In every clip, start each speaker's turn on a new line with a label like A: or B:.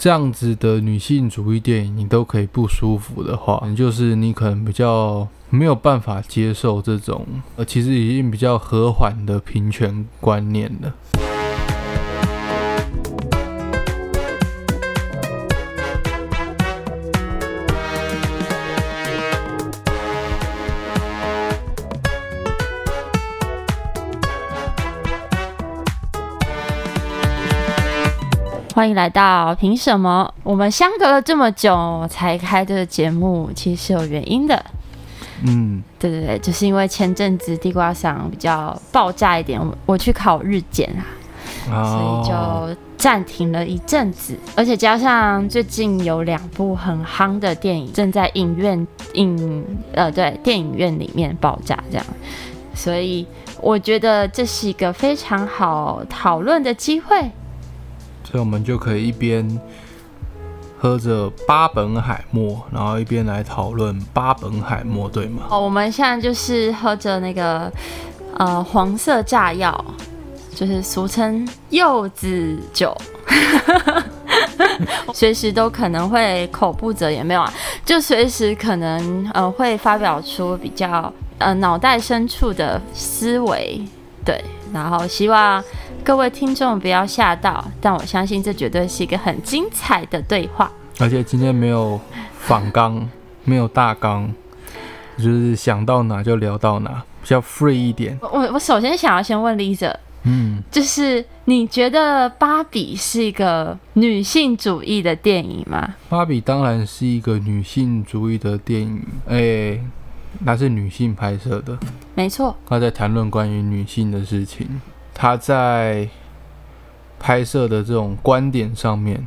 A: 这样子的女性主义电影你都可以不舒服的话，就是你可能比较没有办法接受这种呃，其实已经比较和缓的平权观念了。
B: 欢迎来到凭什么？我们相隔了这么久才开这个节目，其实是有原因的。
A: 嗯，
B: 对对对，就是因为前阵子地瓜厂比较爆炸一点，我我去考日检啊，所以
A: 哦，
B: 就暂停了一阵子。而且加上最近有两部很夯的电影正在影院影呃对电影院里面爆炸这样，所以我觉得这是一个非常好讨论的机会。
A: 所以我们就可以一边喝着巴本海默，然后一边来讨论巴本海默，对吗？
B: 哦，我们现在就是喝着那个呃黄色炸药，就是俗称柚子酒， 随时都可能会口不择言，没有啊，就随时可能呃会发表出比较呃脑袋深处的思维，对，然后希望。各位听众不要吓到，但我相信这绝对是一个很精彩的对话。
A: 而且今天没有仿纲， 没有大纲，就是想到哪就聊到哪，比较 free 一点。
B: 我我我首先想要先问 Lisa，
A: 嗯，
B: 就是你觉得《芭比》是一个女性主义的电影吗？
A: 芭比当然是一个女性主义的电影，诶、那是女性拍摄的，
B: 没错，
A: 她在谈论关于女性的事情，她在拍摄的这种观点上面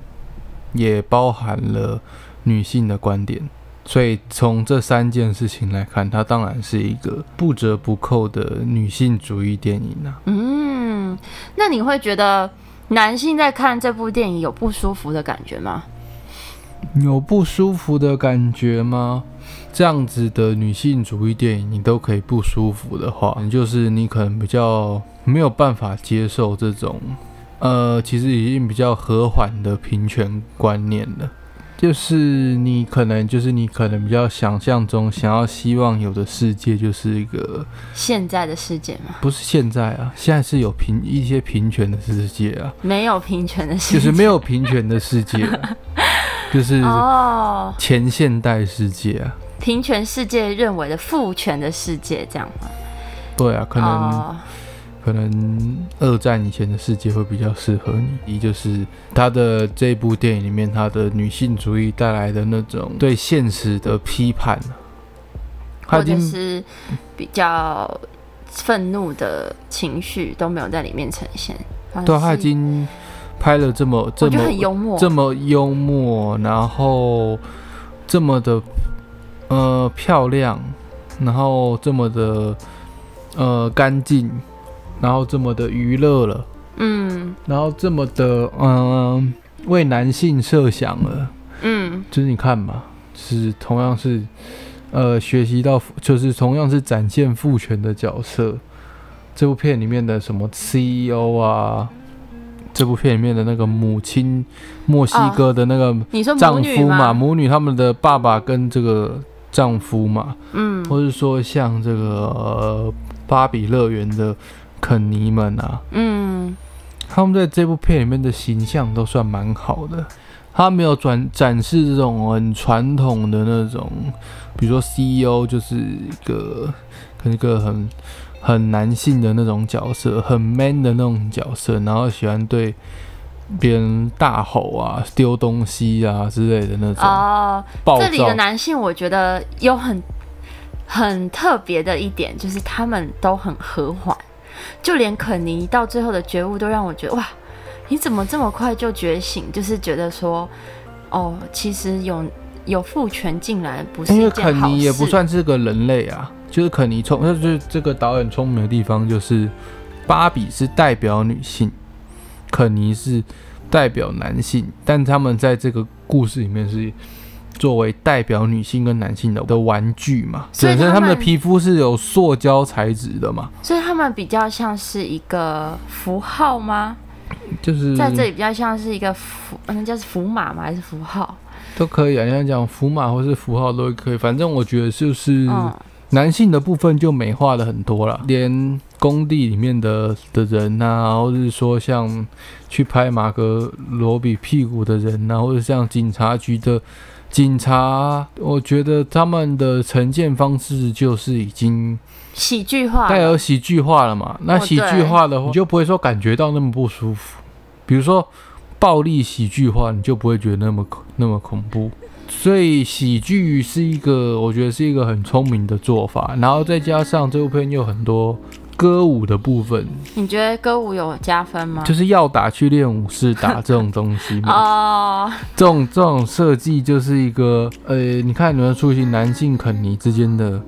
A: 也包含了女性的观点，所以从这三件事情来看，它当然是一个不折不扣的女性主义电影啊。
B: 嗯，那你会觉得男性在看这部电影有不舒服的感觉吗？
A: 有不舒服的感觉吗？这样子的女性主义电影你都可以不舒服的话，就是你可能比较没有办法接受这种，呃，其实已经比较和缓的平权观念了。就是你可能，就是你可能比较想象中想要希望有的世界，就是一个
B: 现在的世界吗？
A: 不是现在啊，现在是有平一些平权的世界 啊，
B: 没有平权的世
A: 就
B: 界，
A: 是没有平权的世界啊、就是
B: 哦，
A: 前现代世界啊。
B: 平权世界认为的父权的世界这样吗？
A: 对啊，可能、
B: 哦
A: 可能二战以前的世界会比较适合你。一就是他的这部电影里面，他的女性主义带来的那种对现实的批判啊，他
B: 或
A: 已
B: 者
A: 经
B: 是比较愤怒的情绪都没有在里面呈现。
A: 对啊、
B: 好
A: 他
B: 像
A: 已
B: 是
A: 经拍了这么这
B: 我觉
A: 么
B: 得很幽默，
A: 这么幽默，然后这么的呃漂亮，然后这么的呃干净，然后这么的娱乐了。
B: 嗯
A: 然后这么的，嗯、为男性设想了，
B: 嗯，
A: 就是你看嘛，是同样是，呃，学习到就是同样是展现父权的角色，这部片里面的什么 CEO 啊，这部片里面的那个母亲，墨西哥的那个
B: 你说嗯母
A: 丈
B: 女
A: 夫嘛，
B: 吗？
A: 母女他们的爸爸跟这个丈夫嘛，
B: 嗯，
A: 或是说像这个、呃、芭比乐园的肯尼们啊，
B: 嗯，
A: 他们在这部片里面的形象都算蛮好的，他没有转展示这种很传统的那种，比如说 CEO 就是一个跟一个很很男性的那种角色，很 man 的那种角色，然后喜欢对别人大吼啊、丢东西啊之类的那种
B: 哦，
A: 啊暴
B: 这里的
A: 躁。
B: 男性我觉得有很很特别的一点，就是他们都很和缓，就连肯尼到最后的觉悟都让我觉得哇，你怎么这么快就觉醒？就是觉得说，哦，其实有有父权进来不是
A: 因为
B: 一件
A: 肯
B: 好事，
A: 尼也不算是个人类啊，就是肯尼聪，就是这个导演聪明的地方，就是芭比是代表女性，肯尼是代表男性，但他们在这个故事里面是作为代表女性跟男性的的玩具嘛，
B: 所以
A: 本
B: 他
A: 身
B: 们
A: 他们的皮肤是有塑胶材质的嘛，
B: 所以他们比较像是一个符号吗？
A: 就是
B: 在这里比较像是一个符，呃那叫是符码吗？还是符号？
A: 都可以啊。你想讲符码或是符号都可以，反正我觉得就是
B: 嗯，
A: 男性的部分就美化了很多啦，连工地里面的的人呐、或者是说像去拍马格罗比屁股的人呐、或者像警察局的警察，我觉得他们的呈现方式就是已经
B: 喜剧化
A: 带
B: 了，
A: 有喜剧化了嘛。那
B: 哦
A: 喜剧化的话，你就不会说感觉到那么不舒服。比如说暴力喜剧化，你就不会觉得那么恐那么恐怖。所以喜剧是一个，我觉得是一个很聪明的做法。然后再加上这部片有很多歌舞的部分，
B: 你觉得歌舞有加分吗？
A: 就是要打去练武士打这种东西嘛。
B: 啊 哦，
A: 这种这种设计就是一个，呃，你看你们出行男性肯尼之间的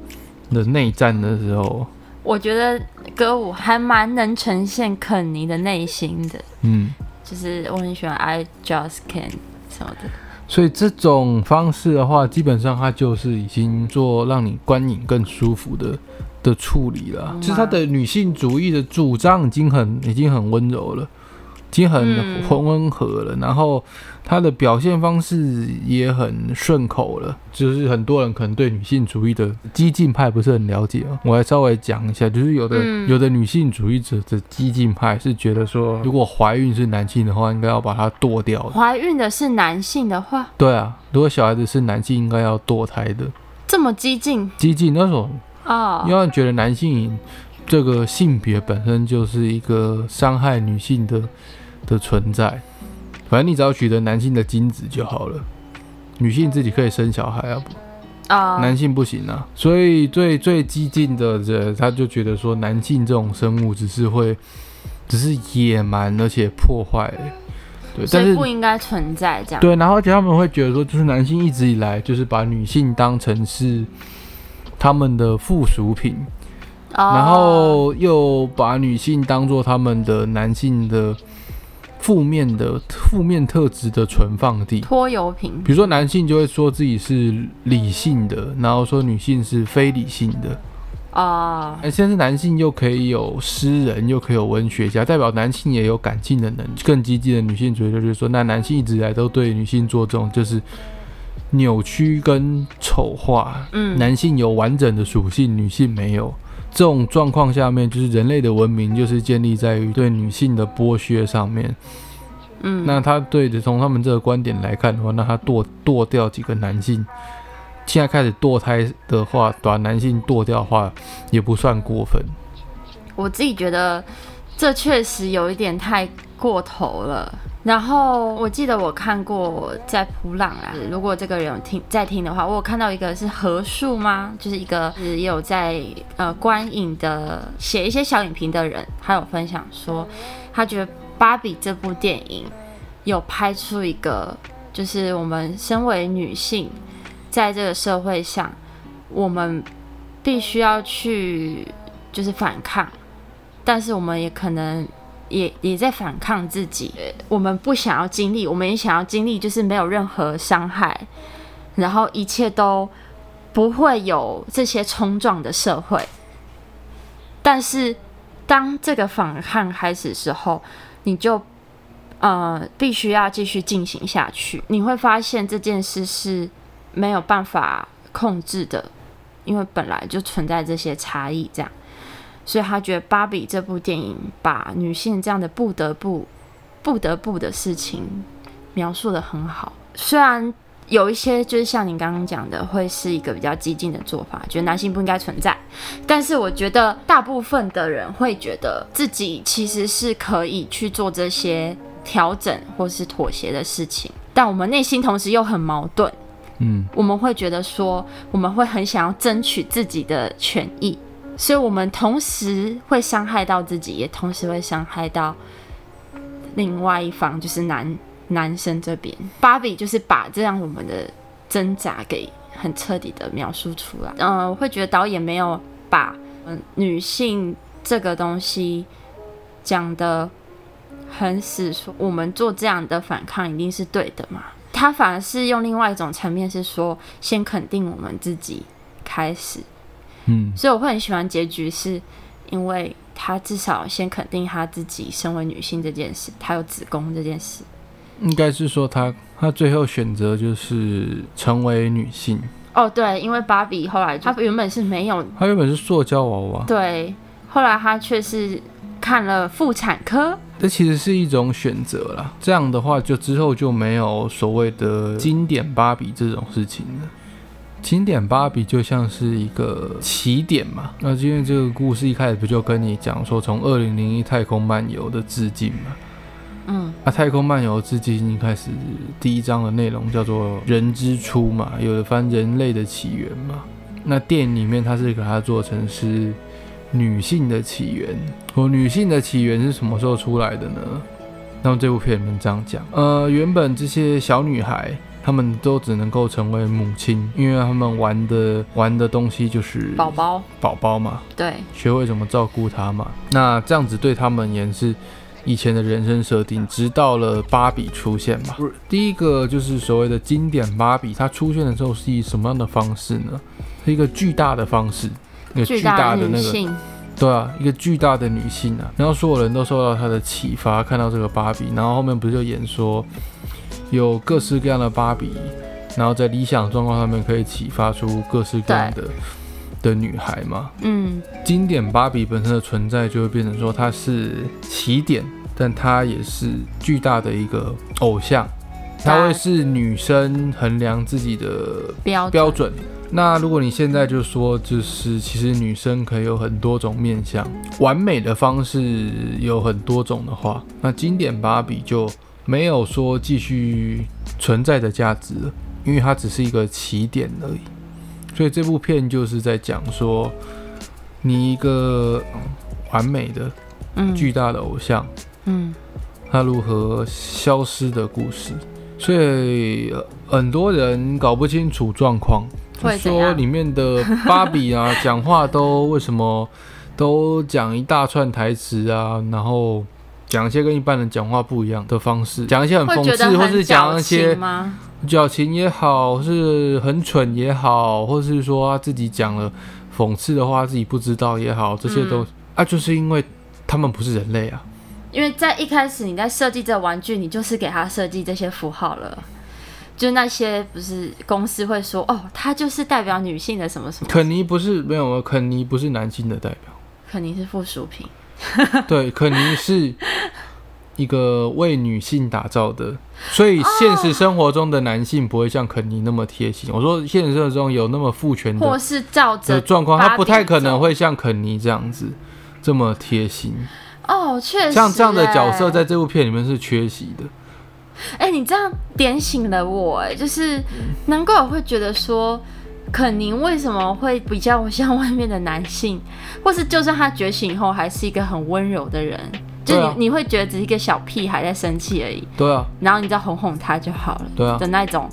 A: 的内战的时候，
B: 我觉得歌舞还蛮能呈现肯尼的内心的，
A: 嗯，
B: 就是我很喜欢 I just can 什么的。
A: 所以这种方式的话，基本上它就是已经做让你观影更舒服的的处理了
B: 嗯。
A: 其实它的女性主义的主张已经很已经很温柔了，已经很
B: 嗯
A: 温温和了，然后它的表现方式也很顺口了。就是很多人可能对女性主义的激进派不是很了解哦，我来稍微讲一下，就是有的、
B: 嗯
A: 有的女性主义者的激进派是觉得说，如果怀孕是男性的话，应该要把它剁掉的。
B: 怀孕的是男性的话，
A: 对啊，如果小孩子是男性，应该要堕胎的。
B: 这么激进
A: 激进那种，
B: 哦，
A: 因为觉得男性这个性别本身就是一个伤害女性的的存在。反正你只要取得男性的精子就好了，女性自己可以生小孩啊，
B: 哦，
A: 男性不行啊。所以最最激进的人，他就觉得说，男性这种生物只是会，只是野蛮而且破坏、对，
B: 所
A: 但
B: 以
A: 是
B: 不应该存在这样。
A: 对，然后而且他们会觉得说，就是男性一直以来就是把女性当成是他们的附属品，
B: 哦、
A: 然后又把女性当做他们的男性的负面的负面特质的存放地。
B: 拖油瓶
A: 比如说男性就会说自己是理性的，然后说女性是非理性的。
B: 哦，
A: 哎，现在是男性又可以有诗人，又可以有文学家，代表男性也有感性的能力。更激进的女性主义就是说，那男性一直以来都对女性做这种就是扭曲跟丑化，
B: 嗯，
A: 男性有完整的属性，女性没有。这种状况下面，就是人类的文明就是建立在于对女性的剥削上面。
B: 嗯，
A: 那他对的，从他们这个观点来看的话，那他剁剁掉几个男性，现在开始堕胎的话，把男性剁掉的话，也不算过分。
B: 我自己觉得这确实有一点太过头了。然后我记得我看过在普朗啊，如果这个人有听在听的话，我有看到一个是何树吗？就是一个是也有在呃观影的写一些小影评的人，他有分享说，他觉得《芭比》这部电影有拍出一个，就是我们身为女性，在这个社会上，我们必须要去就是反抗，但是我们也可能也也在反抗自己，我们不想要经历，我们也想要经历，就是没有任何伤害，然后一切都不会有这些冲撞的社会。但是当这个反抗开始之后，你就呃必须要继续进行下去，你会发现这件事是没有办法控制的，因为本来就存在这些差异，这样。所以他觉得《芭比》这部电影把女性这样的不得不、不得不的事情描述的很好。虽然有一些就是像你刚刚讲的，会是一个比较激进的做法，觉得男性不应该存在，但是我觉得大部分的人会觉得自己其实是可以去做这些调整或是妥协的事情，但我们内心同时又很矛盾。
A: 嗯，
B: 我们会觉得说，我们会很想要争取自己的权益，所以我们同时会伤害到自己，也同时会伤害到另外一方，就是男男生这边。芭比就是把这样我们的挣扎给很彻底的描述出来。嗯、我会觉得导演没有把、嗯女性这个东西讲的很死说我们做这样的反抗一定是对的嘛？他反而是用另外一种层面是说，先肯定我们自己开始。
A: 嗯，
B: 所以我会很喜欢结局，是因为她至少先肯定她自己身为女性这件事，她有子宫这件事。
A: 应该是说她她最后选择就是成为女性，
B: 哦，对，因为芭比后来她原本是没有
A: 她原本是塑胶娃娃，
B: 对，后来她却是看了妇产科，
A: 这其实是一种选择啦。这样的话，就之后就没有所谓的经典芭比这种事情了。经典芭比就像是一个起点嘛，那因为这个故事一开始不就跟你讲说，从二零零一太空漫游的致敬嘛。
B: 嗯，
A: 啊，太空漫游致敬一开始第一章的内容叫做“人之初”嘛，有的翻人类的起源嘛。那电影里面它是给它做成是女性的起源，我女性的起源是什么时候出来的呢？那么这部片里面这样讲，呃，原本这些小女孩她们都只能够成为母亲，因为她们玩的玩的东西就是
B: 宝宝，
A: 宝宝嘛，
B: 对，
A: 学会怎么照顾它嘛。那这样子对他们而言是以前的人生设定，直到了芭比出现嘛。第一个就是所谓的经典芭比，它出现的时候是以什么样的方式呢？是一个巨大的方式，一个巨大
B: 大
A: 的
B: 女
A: 那个，
B: 性，
A: 对啊，一个巨大的女性啊。然后所有人都受到她的启发，看到这个芭比，然后后面不是就演说有各式各样的芭比，然后在理想状况上面可以启发出各式各样的的女孩嘛。
B: 嗯，
A: 经典芭比本身的存在就会变成说它是起点，但它也是巨大的一个偶像，它会是女生衡量自己的
B: 标
A: 标
B: 准，
A: 准。那如果你现在就说，就是其实女生可以有很多种面相，完美的方式有很多种的话，那经典芭比就没有说继续存在的价值了，因为它只是一个起点而已。所以这部片就是在讲说，你一个嗯完美的
B: 嗯
A: 巨大的偶像，
B: 嗯，
A: 他如何消失的故事。所以呃很多人搞不清楚状况，就
B: 会怎
A: 说
B: 样
A: 里面的芭比啊，讲话都为什么都讲一大串台词啊，然后讲一些跟一般人讲话不一样的方式，讲一些很
B: 会
A: 讽
B: 觉得
A: 刺，或
B: 很
A: 是讲
B: 矫
A: 一些
B: 情吗？
A: 矫情也好，是很蠢也好，或是说他自己讲了讽刺的话，自己不知道也好，这些都、
B: 嗯
A: 啊，就是因为他们不是人类啊。
B: 因为在一开始你在设计这玩具，你就是给他设计这些符号了。就那些不是公司会说哦，它就是代表女性的什么什么，
A: 肯尼不是没有，肯尼不是男性的代表，
B: 肯定是附属品。
A: 对，肯尼是一个为女性打造的，所以现实生活中的男性不会像肯尼那么贴心。我说现实生活中有那么父权
B: 或
A: 的
B: 是照着
A: 的状况，
B: 芭比
A: 他不太可能
B: 走
A: 会像肯尼这样子这么贴心。
B: 哦，确实
A: 像这样的角色
B: 欸
A: 在这部片里面是缺席的。
B: 哎、你这样点醒了我、哎，就是难怪我会觉得说，肯宁为什么会比较像外面的男性，或是就算他觉醒后还是一个很温柔的人，就你、
A: 对啊
B: 你会觉得只是一个小屁孩在生气而已，
A: 对啊，
B: 然后你再哄哄他就好了，
A: 对啊
B: 的那种，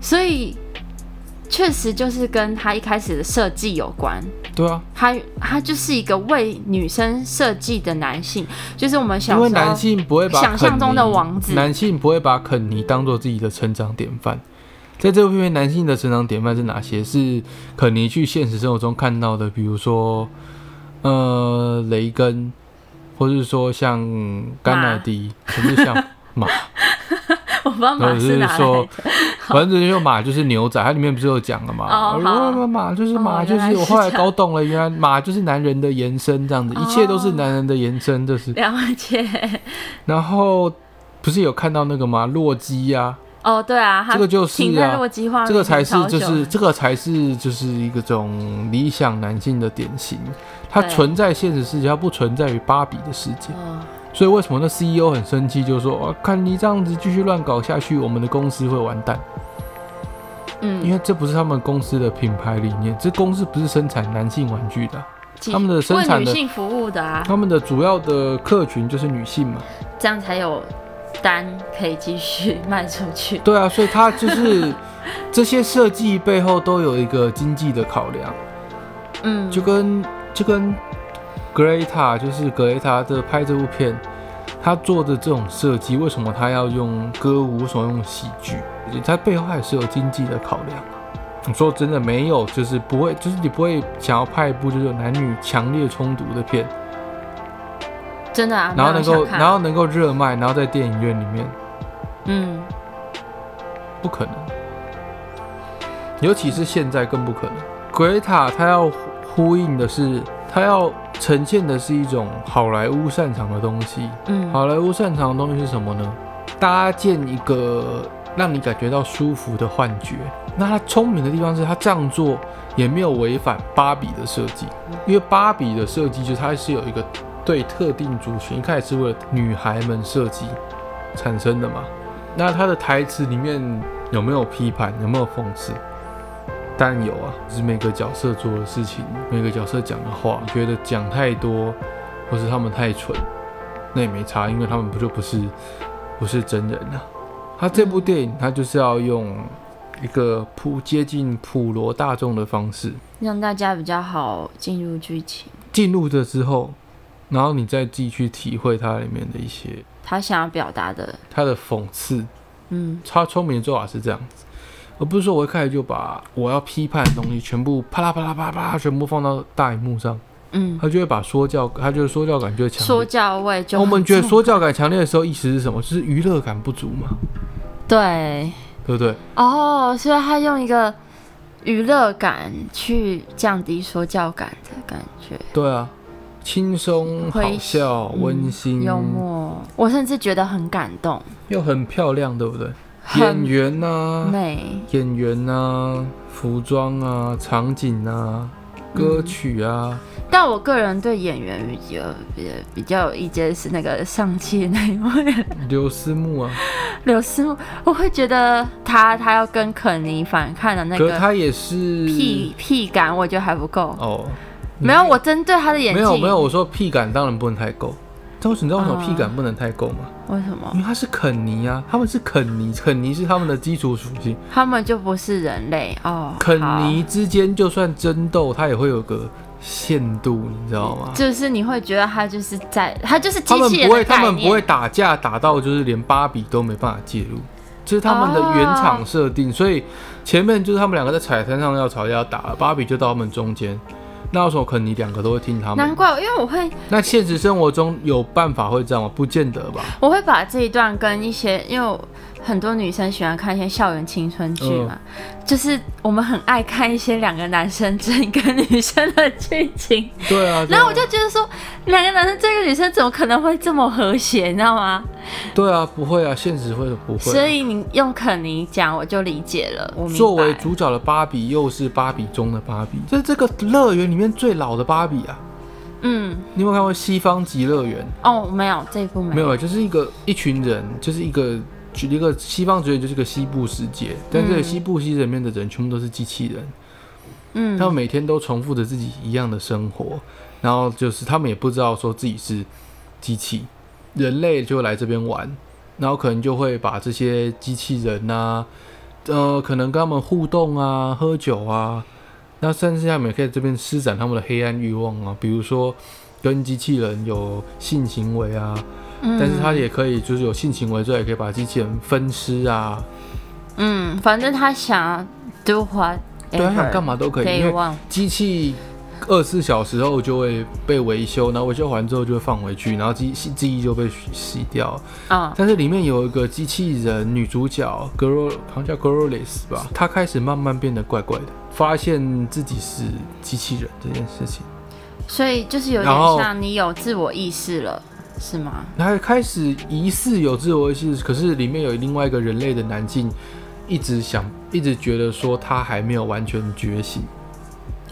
B: 所以确实就是跟他一开始的设计有关，
A: 对啊，
B: 他他就是一个为女生设计的男性，就是我们小
A: 因为
B: 时候
A: 男性不会把
B: 想象
A: 肯尼
B: 中的王子
A: 男性不会把肯尼当做自己的成长典范。在这部片，男性的成长典范是哪些？是肯尼去现实生活中看到的，比如说，呃，雷根，或是说像甘乃迪，或是像马，
B: 我不知道
A: 或
B: 马
A: 者呃
B: 是
A: 是
B: 哪来
A: 说
B: 的。，
A: 反正就马就是牛仔，它里面不是有讲了嘛？
B: 哦好
A: 我说马就是马，
B: 哦
A: 就
B: 原来
A: 是
B: 是
A: 我后来
B: 这样哦
A: 搞懂了，原来马就是男人的延伸，这样子，一切都是男人的延伸，这是。
B: 了解。
A: 然后不是有看到那个吗？洛基呀、
B: 哦，对啊，他
A: 这个就是
B: 停在
A: 啊
B: 洛基画面
A: 这个才是
B: 超
A: 就
B: 久
A: 是这个才是就是一个种理想男性的典型，它
B: 对
A: 存在现实世界，它不存在于芭比的世界。
B: 哦，
A: 所以为什么那 CEO 很生气，就说：“啊，看你这样子继续乱搞下去，我们的公司会完蛋。”因
B: 嗯，
A: 为这不是他们公司的品牌理念，这公司不是生产男性玩具的啊、
B: 其
A: 他们的生产
B: 为
A: 的
B: 女性服务的啊，
A: 他们的主要的客群就是女性嘛。
B: 这样才有单可以继续卖出去。
A: 对啊，所以它就是 这些设计背后都有一个经济的考量，
B: 嗯，
A: 就跟就跟格雷塔就是格雷塔的拍这部片，他做的这种设计，为什么他要用歌舞，为什么用喜剧？它背后还是有经济的考量啊。你说真的没有，就是不会，就是你不会想要拍一部就是有男女强烈冲突的片，
B: 真的啊，
A: 然后
B: 没
A: 能
B: 有人
A: 够
B: 想看
A: 然后能够热卖，然后在电影院里面
B: 嗯，
A: 不可能，尤其是现在更不可能。鬼塔它要呼应的是，它要呈现的是一种好莱坞擅长的东西。
B: 嗯，
A: 好莱坞擅长的东西是什么呢？搭建一个让你感觉到舒服的幻觉。那他聪明的地方是他这样做也没有违反芭比的设计，因为芭比的设计就是它是有一个对特定族群，一开始是为了女孩们设计产生的嘛。那他的台词里面有没有批判，有没有讽刺？当然有啊，就是每个角色做的事情，每个角色讲的话，你觉得讲太多，或是他们太蠢，那也没差，因为他们不就不是不是真人啊。他这
B: 嗯
A: 部电影，他就是要用一个普接近普罗大众的方式
B: 让大家比较好进入剧情。
A: 进入这之后，然后你再自己去体会它里面的一些
B: 他想要表达的，
A: 它的讽刺。
B: 嗯
A: 他聪明的做法是这样子，而不是说我一开始就把我要批判的东西全部啪啦啪啦啪啦啪啦全部放到大荧幕上，
B: 嗯，
A: 他就会把说教，他觉得说教感就会强烈。
B: 说教味就
A: 我
B: 很
A: 们觉得
B: 重
A: 说教感强烈的时候，意思是什么？就是娱乐感不足嘛，
B: 对
A: 对不对？
B: 哦，所以他用一个娱乐感去降低说教感的感觉，
A: 对啊，轻松、
B: 会
A: 好笑、
B: 嗯
A: 温馨、
B: 幽默，我甚至觉得很感动，
A: 又很漂亮，对不对？演
B: 很
A: 员啊呐、
B: 美，
A: 演员呐、服装啊、场景啊、
B: 嗯
A: 歌曲啊，
B: 但我个人对演员比较比比较有意见是那个上期那一位
A: 刘思慕啊，
B: 刘思慕，我会觉得他他要跟肯尼反抗的那
A: 可
B: 个
A: 他也是
B: 屁屁感，我觉得还不够。
A: 哦，
B: 没有，我针对他的演
A: 没
B: 技，
A: 有没有，我说屁感当然不能太够。但是你知道为什么
B: 啊
A: 屁感不能太够吗？
B: 为什么
A: 因为他是肯尼啊，他们是肯尼，肯尼是他们的基础属性。
B: 他们就不是人类哦？
A: 肯
B: 好
A: 尼之间就算争斗，他也会有个限度，你知道吗？
B: 就是你会觉得他就是在，他就是机
A: 他们
B: 器
A: 不
B: 人
A: 会，
B: 的
A: 他
B: 概
A: 们不会
B: 念。
A: 打架打到就是连芭比都没办法介入，这是他们的原厂设定。所以前面就是他们两个在彩滩上要吵架要打了，芭比就到他们中间。那为什么肯尼两个都会听他
B: 难
A: 们？
B: 怪，因为我会
A: 那现实生活中有办法会这样吗？不见得吧。
B: 我会把这一段跟一些，因为很多女生喜欢看一些校园青春剧嘛，
A: 嗯
B: 就是我们很爱看一些两个男生追一个女生的剧情，
A: 对啊，对
B: 然
A: 啊
B: 后我就觉得说，两个男生追一个女生怎么可能会这么和谐，你知道吗？
A: 对啊，不会啊，现实会不会啊、
B: 所以你用肯尼讲，我就理解了。我明白
A: 作为主角的芭比又是芭比中的芭比，这是这个乐园里面最老的芭比啊。
B: 嗯，
A: 你有没有看过《西方极乐园》？
B: 哦，没有这一部没
A: 没
B: 有，
A: 有，就是一个一群人，就是一个举一个西方职业，就是一个西部世界，但这个西部世界里面的人全部都是机器人，
B: 嗯
A: 他们每天都重复着自己一样的生活，然后就是他们也不知道说自己是机器，人类就来这边玩，然后可能就会把这些机器人呐、呃，可能跟他们互动啊，喝酒啊，那甚至他们也可以这边施展他们的黑暗欲望啊，比如说跟机器人有性行为啊，
B: 嗯
A: 但是他也可以就是有性行为之后，也可以把机器人分尸啊，
B: 嗯，反正他想要 do what，
A: 对，他想干嘛都可以，因为
B: 忘，
A: 机器二十四小时后就会被维修，然后维修完之后就会放回去，然后记记忆就被洗掉。
B: 嗯
A: 但是里面有一个机器人女主角 Girl，好像叫 Girlis 吧，她开始慢慢变得怪怪的，发现自己是机器人这件事情，
B: 所以就是有
A: 然后
B: 点像你有自我意识了，是吗？
A: 她开始疑似有自我意识，可是里面有另外一个人类的男性。一直想，一直觉得说他还没有完全觉醒，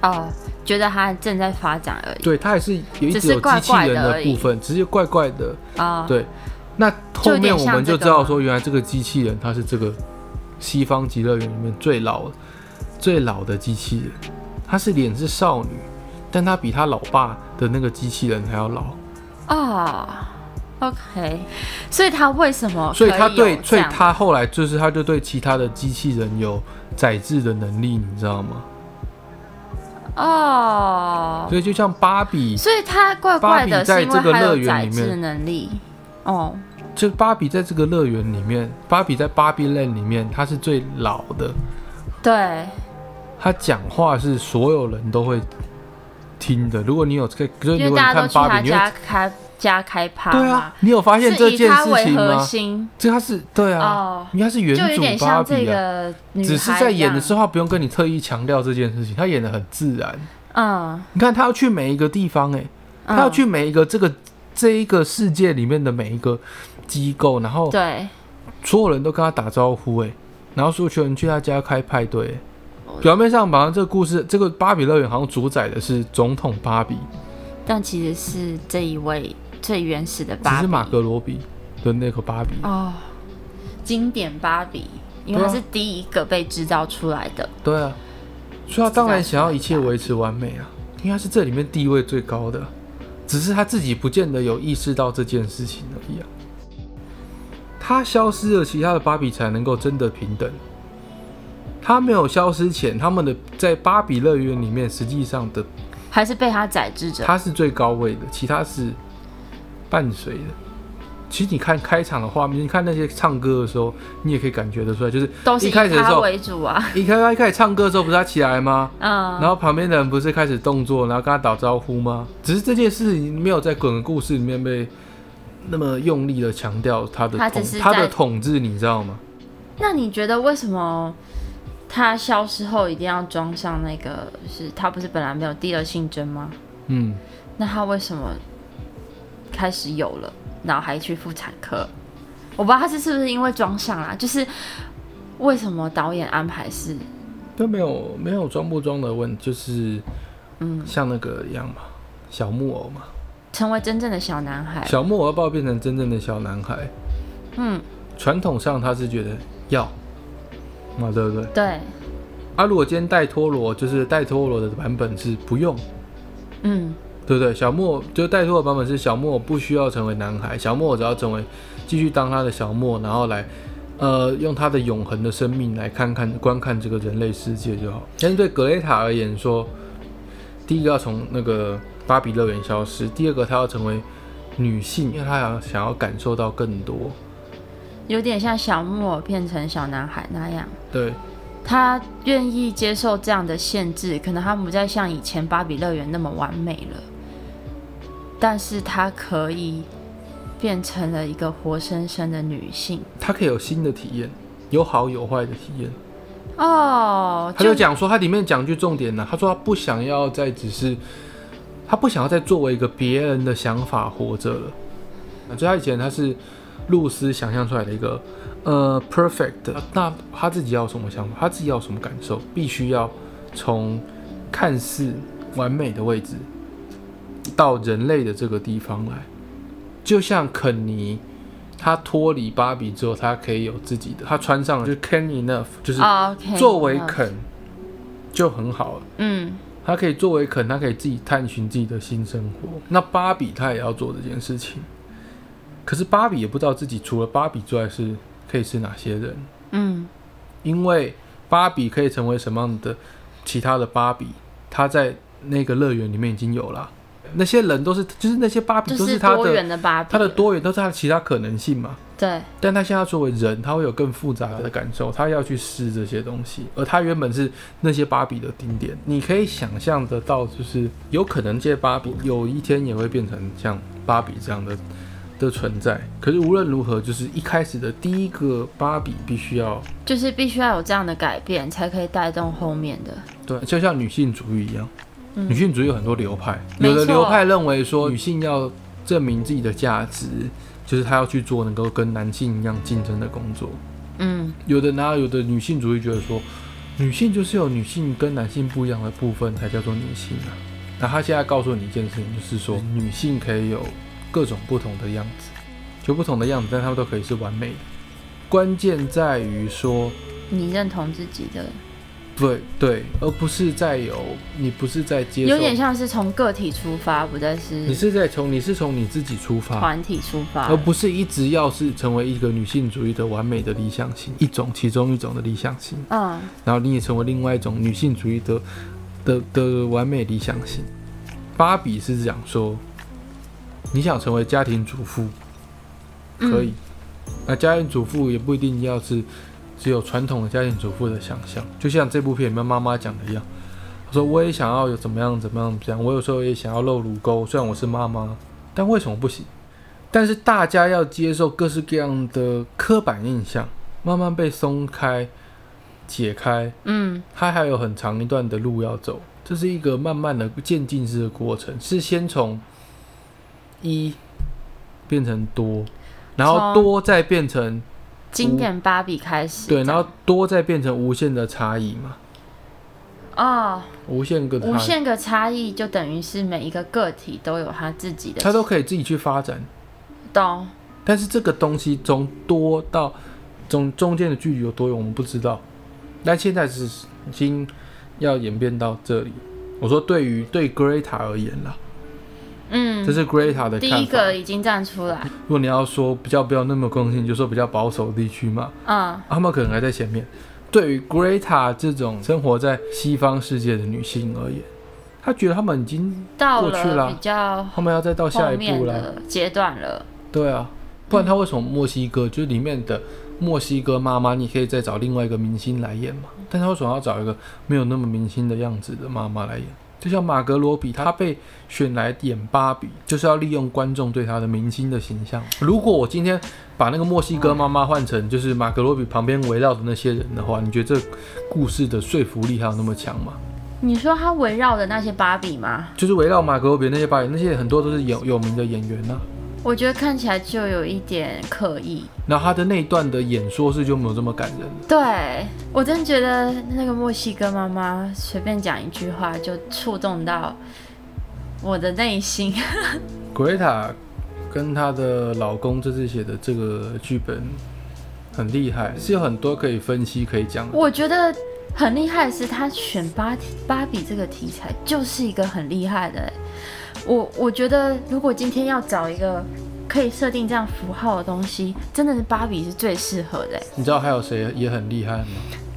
B: 哦，觉得他正在发展而已。
A: 对，它还是有一
B: 只
A: 直
B: 是
A: 有
B: 怪
A: 机器
B: 怪
A: 人
B: 的而
A: 的
B: 已
A: 部分，只是怪怪的。
B: 哦，
A: 对，那
B: 就
A: 后
B: 有点
A: 面我
B: 像
A: 们
B: 这
A: 就
B: 个
A: 知道
B: 吗
A: 说，原来这个机器人它是这个西方极乐园里面最老、最老的机器人，它是脸是少女，但它比她老爸的那个机器人还要老，
B: 哦，OK，所以他为什么哦
A: 所
B: 可有
A: 以
B: 这
A: 他
B: 样？
A: 对，所以他后来就是他就对其他的机器人有载制的能力，你知道吗？
B: 哦，
A: 所以就像芭比，
B: 所以他怪怪
A: 芭
B: 的，是
A: 比
B: 因
A: 在这
B: 为
A: 个
B: 他
A: 乐
B: 有
A: 园
B: 载
A: 里面
B: 制能力。哦，
A: 就是芭比在这个乐园里面，芭比在芭比 land 里面，她是最老的，
B: 对，
A: 他讲话是所有人都会听的。如果你有这个，就是
B: 因
A: 如果
B: 为
A: 你
B: 大家
A: 看
B: 都去
A: 芭
B: 他
A: 比，你会
B: 家开家开趴
A: 对
B: 吗
A: 啊？，你有发现这
B: 是以
A: 件
B: 它
A: 事
B: 为
A: 情
B: 核
A: 吗？
B: 心
A: 这它是对啊，
B: 哦，
A: 应该是原
B: 就有点
A: 主芭
B: 像这
A: 比啊，
B: 个女孩
A: 只是在演的时
B: 候，
A: 候他不用跟你特意强调这件事情，他演的很自然。
B: 嗯，
A: 你看他要去每一个地方、欸，
B: 嗯
A: 他要去每一个这个这一个世界里面的每一个机构，然后
B: 对，
A: 所有人都跟他打招呼、欸，然后所有人去他家开派对、欸
B: 我
A: 表面上好像这个故事，这个芭比乐园好像主宰的是总统芭比，
B: 但其实是这一位最原始的
A: 只
B: 芭
A: 是
B: 比
A: 马格罗比的那个芭比。
B: 哦，经典芭比，因为
A: 对
B: 它
A: 啊
B: 是第一个被制造出来的，
A: 对啊，所以他当然想要一切维持完美啊，因为他是这里面地位最高的，只是他自己不见得有意识到这件事情而已啊。他消失了，其他的芭比才能够真的平等。他没有消失前，他们的在芭比乐园里面，实际上的
B: 还是被它宰制着。
A: 他是最高位的，其他是伴随的。其实你看开场的画面，你看那些唱歌的时候，你也可以感觉得出来，就是
B: 都是
A: 一
B: 以
A: 开始的时
B: 他
A: 候
B: 为主啊，
A: 一开一开始唱歌的时候，不是他起来吗？
B: 嗯，
A: 然后旁边的人不是开始动作，然后跟他打招呼吗？只是这件事情没有在滚的故事里面被那么用力的强调他的
B: 他
A: 统
B: 只是
A: 他
B: 在
A: 的统治，你知道吗？
B: 那你觉得为什么他消失后一定要装上那个？是他不是本来没有第二性征吗？
A: 嗯，
B: 那他为什么开始有了，然后还去妇产科？我不知道他是是不是因为装上啦，就是为什么导演安排是
A: 都没有没有装不装的问题，就是
B: 嗯
A: 像那个一样嘛，小木偶嘛，
B: 成为真正的小男孩？
A: 小木偶要不要变成真正的小男孩？
B: 哎嗯，
A: 传统上他是觉得要，嘛对不对？
B: 对，
A: 啊，如果今天带陀螺，就是带陀螺的版本是不用，
B: 嗯
A: 对不对？小莫就带托的版本是小莫不需要成为男孩，小莫只要成为继续当他的小莫，然后来呃用他的永恒的生命来看看观看这个人类世界就好。但是对格雷塔而言说，第一个要从那个芭比乐园消失，第二个她要成为女性，因为她想想要感受到更多。
B: 有点像小木偶变成小男孩那样。
A: 对，
B: 他愿意接受这样的限制，可能他不再像以前芭比乐园那么完美了，但是他可以变成了一个活生生的女性
A: 她可以有新的体验，有好有坏的体验。
B: 哦。
A: 他就讲说，他里面讲句重点呢、他说他不想要再只是，他不想要再作为一个别人的想法活着了。啊所以他以前他是露丝想象出来的一个呃 perfect，的那他自己要有什么想法，他自己要有什么感受，必须要从看似完美的位置到人类的这个地方来，就像肯尼。他脱离芭比之后，他可以有自己的，他穿上了就是 can enough，就是
B: 哦 OK，
A: 作为
B: 嗯
A: 肯就很好了。
B: 嗯
A: 他可以作为肯，他可以自己探寻自己的新生活。
B: 嗯
A: 那芭比他也要做这件事情，可是芭比也不知道自己除了芭比之外是可以是哪些人，
B: 嗯
A: 因为芭比可以成为什么样的其他的芭比，他在那个乐园里面已经有了。那些人都是，就是那些芭比
B: 就
A: 都
B: 是
A: 他
B: 多
A: 的，
B: 元的芭比，
A: 他的多元都是他的其他可能性嘛。
B: 对
A: 但他现在作为人，他会有更复杂的感受，他要去试这些东西，而他原本是那些芭比的顶点。你可以想象得到，就是有可能这些芭比有一天也会变成像芭比这样的的存在。可是无论如何，就是一开始的第一个芭比必须要
B: 就是必须要有这样的改变，才可以带动后面的。
A: 对，就像女性主义一样，
B: 嗯
A: 女性主义有很多流派，
B: 没
A: 有的
B: 错
A: 流派认为说女性要证明自己的价值，就是她要去做能够跟男性一样竞争的工作。
B: 嗯
A: 有的哪有的女性主义觉得说，女性就是有女性跟男性不一样的部分才叫做女性啊。那他现在告诉你一件事情，就是说女性可以有各种不同的样子，就不同的样子，但她们都可以是完美的。关键在于说，
B: 你认同自己的，
A: 对对，而不是在有你不是在接受
B: 有，点像是从个体出发，不再是
A: 你是在从你是从你自己出发，
B: 团体出发
A: 而。不是一直要是成为一个女性主义的完美的理想型，一种其中一种的理想型。
B: 嗯，
A: 然后你也成为另外一种女性主义的的的完美理想型。芭比是讲说，你想成为家庭主妇
B: 嗯
A: 可以，那家庭主妇也不一定要是只有传统的家庭主妇的想象，就像这部片里面妈妈讲的一样，她说我也想要有怎么样怎么样怎么样，我有时候也想要露乳沟，虽然我是妈妈，但为什么不行？但是大家要接受各式各样的刻板印象，慢慢被松开、解开，
B: 嗯，
A: 它还有很长一段的路要走。这是一个慢慢的渐进式的过程，是先从一变成多，然后
B: 从
A: 多再变成
B: 经典芭比开始这
A: 对，
B: 样。
A: 然后多再变成无限的差异嘛，
B: 哦，
A: 无限个
B: 无
A: 差异，
B: 限个差异就等于是每一个个体都有他自己的
A: 它都可以自己去发展。
B: 懂，
A: 但是这个东西从多到中中间的距离有多远，我们不知道。但现在是已经要演变到这里。我说对于对 Greta 而言啦，
B: 嗯
A: 这，是 Greta 的看法。
B: 第一个已经站出来，
A: 如果你要说比较不要那么公信，你就说比较保守地区嘛，啊
B: 嗯
A: 他们可能还在前面。对于 Greta 这种生活在西方世界的女性而言，她觉得她们已经，
B: 到
A: 过去了
B: 了比较
A: 她们要再到下
B: 后
A: 一
B: 面
A: 步了。
B: 的阶段了，
A: 对啊，不然他为什么墨西哥、就是里面的墨西哥妈妈，你可以再找另外一个明星来演嘛？但他为什么要找一个没有那么明星的样子的妈妈来演？就像马格罗比，她被选来演芭比，就是要利用观众对她的明星的形象。如果我今天把那个墨西哥妈妈换成就是马格罗比旁边围绕的那些人的话，你觉得这故事的说服力还有那么强吗？
B: 你说他围绕的那些芭比吗？
A: 就是围绕马格罗比那些芭比，那些很多都是有有名的演员啊呐、
B: 我觉得看起来就有一点刻意。
A: 然后他的那一段的演说是就没有这么感人。
B: 对我真觉得那个墨西哥妈妈随便讲一句话就触动到我的内心。
A: Greta 跟她的老公这次写的这个剧本很厉害，是有很多可以分析可以讲的。
B: 我觉得很厉害的是，他选芭芭比这个题材就是一个很厉害的欸、我我觉得如果今天要找一个可以设定这样符号的东西，真的是芭比是最适合的欸、
A: 你知道还有谁也很厉害吗？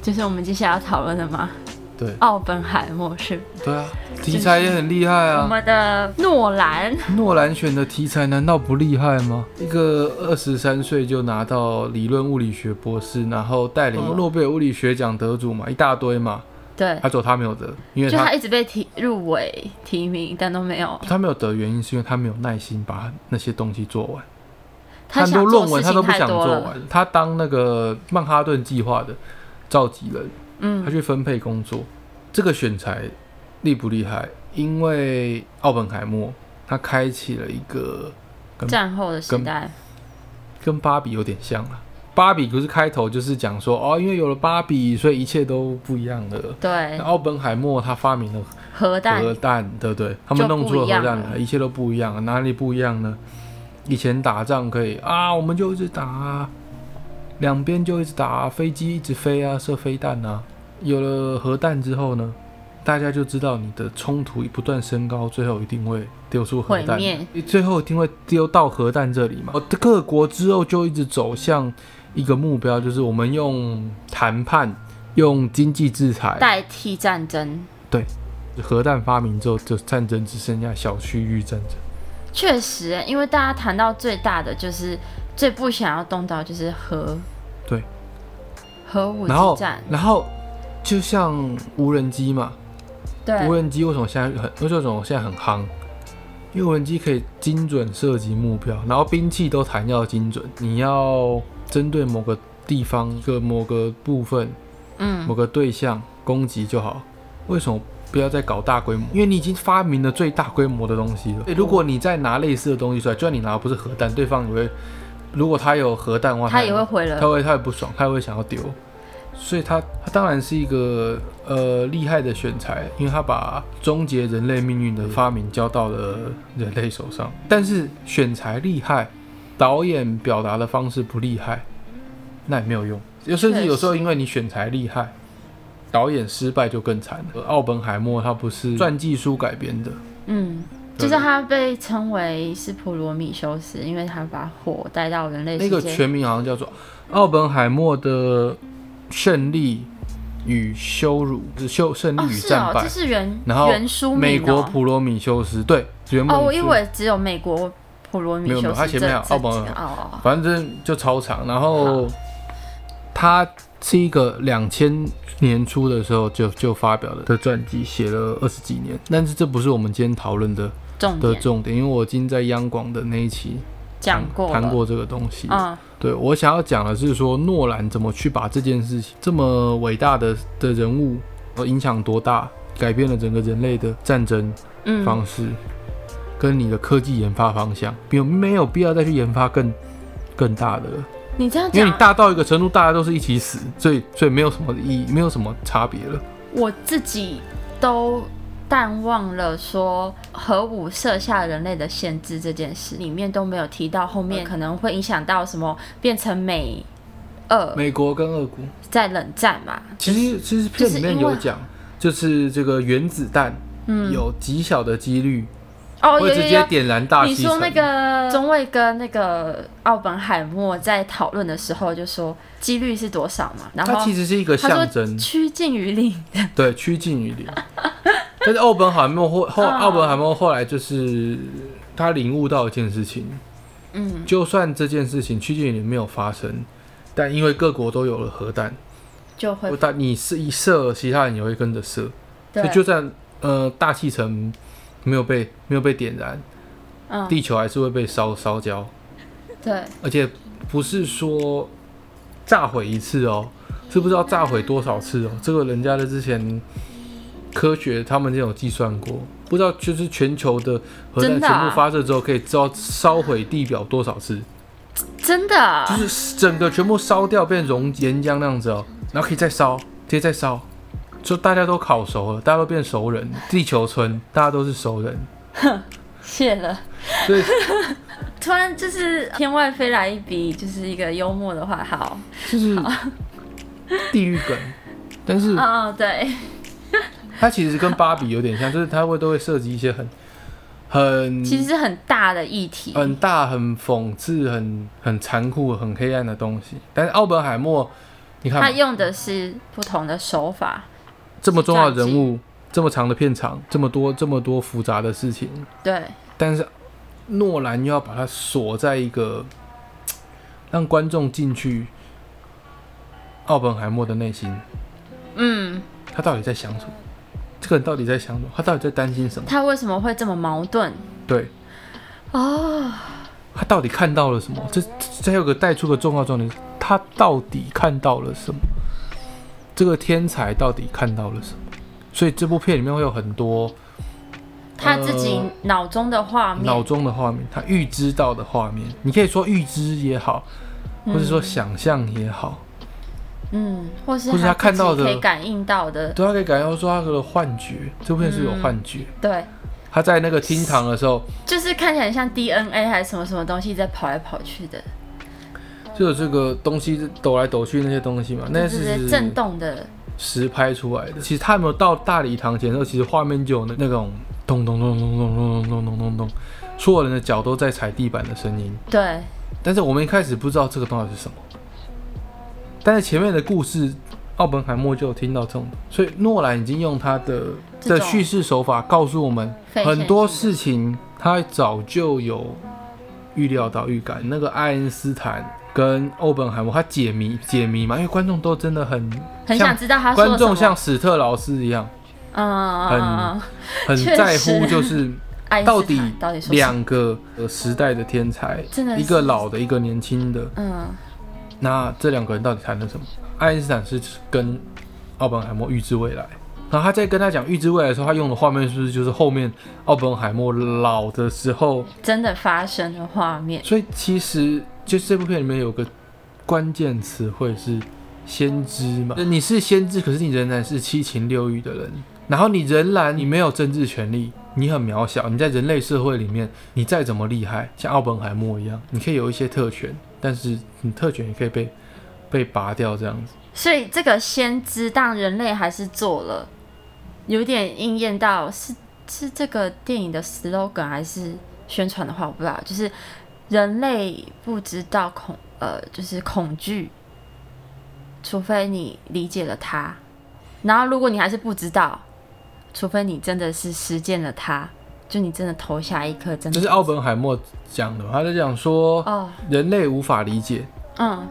B: 就是我们接下来要讨论的吗？
A: 对
B: 奥本海默是
A: 对啊，题材也很厉害
B: 我
A: 啊。
B: 们的诺兰，
A: 诺兰选的题材难道不厉害吗？一个二十三岁就拿到理论物理学博士，然后带领
B: 哦
A: 诺贝尔物理学奖得主嘛，一大堆嘛，
B: 对，
A: 他走他没有得，因为
B: 就他
A: 他
B: 一直被提入围提名，但都没有。
A: 他没有得原因是因为他没有耐心把那些东西做完。
B: 他
A: 很多
B: 想做
A: 论
B: 事
A: 文他都
B: 情
A: 不
B: 太
A: 想
B: 多
A: 做
B: 了，
A: 完，他当那个曼哈顿计划的召集人，他
B: 嗯，
A: 去分配工作。这个选材厉不厉害？因为奥本海默他开启了一个
B: 战后的时
A: 跟
B: 代，
A: 跟芭比有点像啊。芭比不是开头就是讲说哦，因为有了芭比，所以一切都不一样了。
B: 对
A: 那，奥本海默他发明了
B: 核弹
A: 核弹，对不对？他们弄出了核
B: 就不一
A: 弹
B: 样
A: 来，
B: 了
A: 一切都不一样了。哪里不一样呢？以前打仗可以啊，我们就一直打啊，两边就一直打啊，飞机一直飞啊，射飞弹啊。有了核弹之后呢，大家就知道你的冲突不断升高，最后一定会丢出核
B: 毁
A: 弹，
B: 灭，
A: 最后一定会丢到核弹这里嘛。哦各国之后就一直走向一个目标，就是我们用谈判、用经济制裁、
B: 代替战争。
A: 核弹发明之后，就战争只剩下小区域战争。
B: 确实欸，因为大家谈到最大的就是最不想要动到就是核，
A: 对，
B: 核武
A: 然后
B: 之战，，
A: 然后就像无人机嘛，无
B: 对，
A: 人机为什么现在很，为什么现在很夯？因为无人机可以精准射击目标，然后兵器都弹药精准，你要针对某个地方、一个某个部分、某
B: 嗯，
A: 个对象攻击就好。为什么不要再搞大规模？因为你已经发明了最大规模的东西了。诶如果你再拿类似的东西出来，就算你拿的不是核弹，对方也会，如果他有核弹的话，
B: 他也会回了
A: 他，会他会不爽，他也会想要丢，所以他他当然是一个呃厉害的选材，因为他把终结人类命运的发明交到了人类手上。但是选材厉害，导演表达的方式不厉害，那也没有用。有甚至有时候因为你选材厉害，导演失败就更惨了。而奥本海默他不是传记书改编的，
B: 嗯，就是他被称为是普罗米修斯，因为他把火带到人类
A: 那
B: 世
A: 个
B: 界，
A: 全名好像叫做《奥本海默的胜利与羞辱》，是羞胜利
B: 哦，
A: 与
B: 是
A: 战
B: 哦，
A: 败
B: 这。是原
A: 然后
B: 原书
A: 美
B: 名
A: 国
B: 哦，
A: 普罗米修斯，对，原本
B: 哦，我
A: 是
B: 以为只有美国普罗米
A: 没有没有
B: 修斯这，
A: 他前面还有
B: 这
A: 奥本海
B: 哦，
A: 反正就超长。然后他是一个两千年初的时候就就发表的的传记，写了二十几年。但是这不是我们今天讨论的
B: 重
A: 的
B: 点
A: 重点，因为我已经在央广的那一期
B: 讲过
A: 谈
B: 了。
A: 过这个东西。
B: 嗯，
A: 对我想要讲的是说，诺兰怎么去把这件事情这么伟大的的人物，呃影响多大，改变了整个人类的战争
B: 嗯
A: 方式，跟你的科技研发方向，有没有必要再去研发更更大的了？
B: 你这样
A: 因为你
B: 讲，
A: 大到一个程度，大家都是一起死，所以所以没有什么意义，没有什么差别了。
B: 我自己都淡忘了说核武设下人类的限制这件事，里面都没有提到后
A: 嗯
B: 面可能会影响到什么变成美俄
A: 美国跟俄国，
B: 在冷战嘛。
A: 其实其实片里面有讲，就是这个原子弹
B: 嗯，
A: 有极小的几率
B: 哦，有
A: 会直
B: 有
A: 接
B: 有。
A: 点燃大
B: 你
A: 气
B: 说
A: 层。
B: 那个中尉跟那个奥本海默在讨论的时候，就说几率是多少嘛？然
A: 它
B: 后
A: 其实是一个
B: 他
A: 象
B: 说
A: 征，
B: 趋近于零。
A: 对，趋近于零。但是奥本海默后后
B: 嗯
A: 奥本海默后来就是他领悟到一件事情，
B: 嗯
A: 就算这件事情趋近于零没有发生，但因为各国都有了核弹，，
B: 就会
A: 但你是一射，其他人也会跟着射。
B: 呃对
A: 所以，就算呃大气层没有被没有被点燃，
B: 嗯
A: 地球还是会被烧烧焦，
B: 对，
A: 而且不是说炸毁一次哦，是不知道炸毁多少次哦。这个人家的之前科学他们就有计算过，不知道就是全球的核弹
B: 真的
A: 全
B: 啊
A: 部发射之后，可以知道烧毁地表多少次，
B: 真的啊
A: 就是整个全部烧掉变熔岩浆那样子哦，然后可以再烧，直接再烧。就大家都烤熟了，大家都变熟人，地球村大家都是熟人，
B: 谢了。
A: 所以
B: 突然就是天外飞来一笔，就是一个幽默的话，好，
A: 就是地狱梗，但是嗯
B: 哦，对，
A: 它其实跟芭比有点像，就是它会都会涉及一些很很
B: 其实是很大的议题，
A: 很大、很讽刺、很很残酷、很黑暗的东西。但是奥本海默，你
B: 他
A: 看
B: 用的是不同的手法，
A: 这么重要的
B: 战
A: 人
B: 绩
A: 物，这么长的片场，这么多这么多复杂的事情，
B: 对，
A: 但是诺兰又要把它锁在一个让观众进去奥本海默的内心，
B: 嗯，
A: 他到底在想什么？这个人到底在想什么？他到底在担心什么？
B: 他为什么会这么矛盾？
A: 对，
B: 哦，
A: 他到底看到了什么？这这这有个带出个重要重点，他到底看到了什么？这个天才到底看到了什么？所以这部片里面会有很多
B: 他自己脑中的画面，
A: 呃脑中的画面，他预知到的画面，你可以说预知也好，或者说想象也好，
B: 嗯，或是
A: 或是他
B: 他
A: 看到的
B: 自己可以感应到的，
A: 对他可以感受说他的幻觉，这部片是有幻觉。
B: 对，
A: 他在那个厅堂的时候，
B: 就是看起来像 DNA 还是什么什么东西在跑来跑去的，
A: 就有这个东西抖来抖去那些东西嘛，那
B: 就
A: 些
B: 是
A: 是
B: 震动的，
A: 实拍出来的。其实他有没有到大礼堂前的时候，其实画面就有那那种咚咚咚咚咚咚咚咚咚咚咚，所有人的脚都在踩地板的声音。
B: 对，
A: 但是我们一开始不知道这个到底是什么，但是前面的故事，奥本海默就有听到这种，所以诺兰已经用他的
B: 这
A: 的
B: 种
A: 叙事手法告诉我们
B: 非
A: 很多
B: 线性
A: 事情，他早就有预料到预感。那个爱因斯坦跟奥本海默，他解谜解谜嘛，因为观众都真的很
B: 很想知道他说
A: 观
B: 了
A: 众
B: 什么
A: 像史特劳斯一样，
B: 嗯嗯嗯嗯
A: 很
B: 确实哎
A: 在乎 就是
B: 爱因斯坦
A: 到底
B: 到底说什么
A: 两个呃时代的天才
B: 真的，是
A: 一个老的，一个年轻的，
B: 嗯
A: 那这两个人到底谈了什么？爱因斯坦是跟奥本海默预知未来，然后他在跟他讲预知未来的时候，他用的画面是不是就是后面奥本海默老的时候？
B: 真的发生的画面，
A: 所以其实就是这部片里面有个关键词汇是先知嘛，你是先知，可是你仍然是七情六欲的人，然后你仍然你没有政治权利，你很渺小，你在人类社会里面，你再怎么厉害，像奥本海默一样，你可以有一些特权，但是你特权也可以被被拔掉这样子。
B: 所以这个先知，但人类还是做了，有点应验到是是这个电影的 slogan 还是宣传的话，我不知道，就是人类不知道恐呃就是恐惧，除非你理解了它，然后如果你还是不知道，除非你真的是实践了它，就你真的投下一颗真
A: 这
B: 的
A: 是奥本海默讲的嘛，他在讲说
B: 哦
A: 人类无法理解，
B: 嗯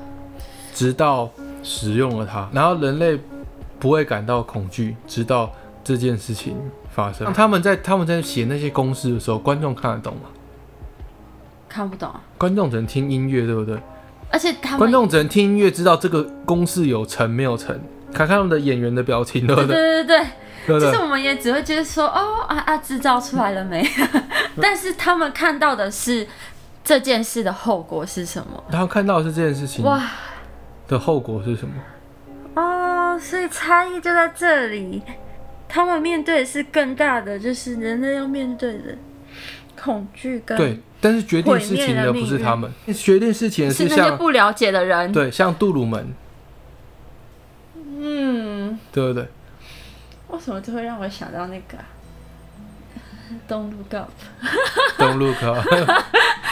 A: 直到使用了它，然后人类不会感到恐惧，直到这件事情发生。他们在他们在写那些公式的时候，观众看得懂吗？
B: 看不懂啊。
A: 观众只能听音乐，对不对？
B: 而且他们
A: 观众只能听音乐，知道这个公式有成没有成，看看他们的演员的表情，对不
B: 对
A: 对？
B: 对对
A: 对
B: 对，
A: 不
B: 就是
A: 对？
B: 我们也只会觉得说，哦啊啊，制造出来了没？ 但是他们看到的是这件事的后果是什么？
A: 然后看到的是这件事情
B: 哇
A: 的后果是什么？
B: 哦，所以差异就在这里。他们面对的是更大的，就是人类要面对的恐惧跟
A: 对，但是决定事情的不是他们，决定事情的
B: 是那些
A: 像
B: 不了解的人。
A: 对像杜鲁门，
B: 嗯，
A: 对不对？
B: 为什么就会让我想到那个、啊、Don't Look Up？
A: Don't look up，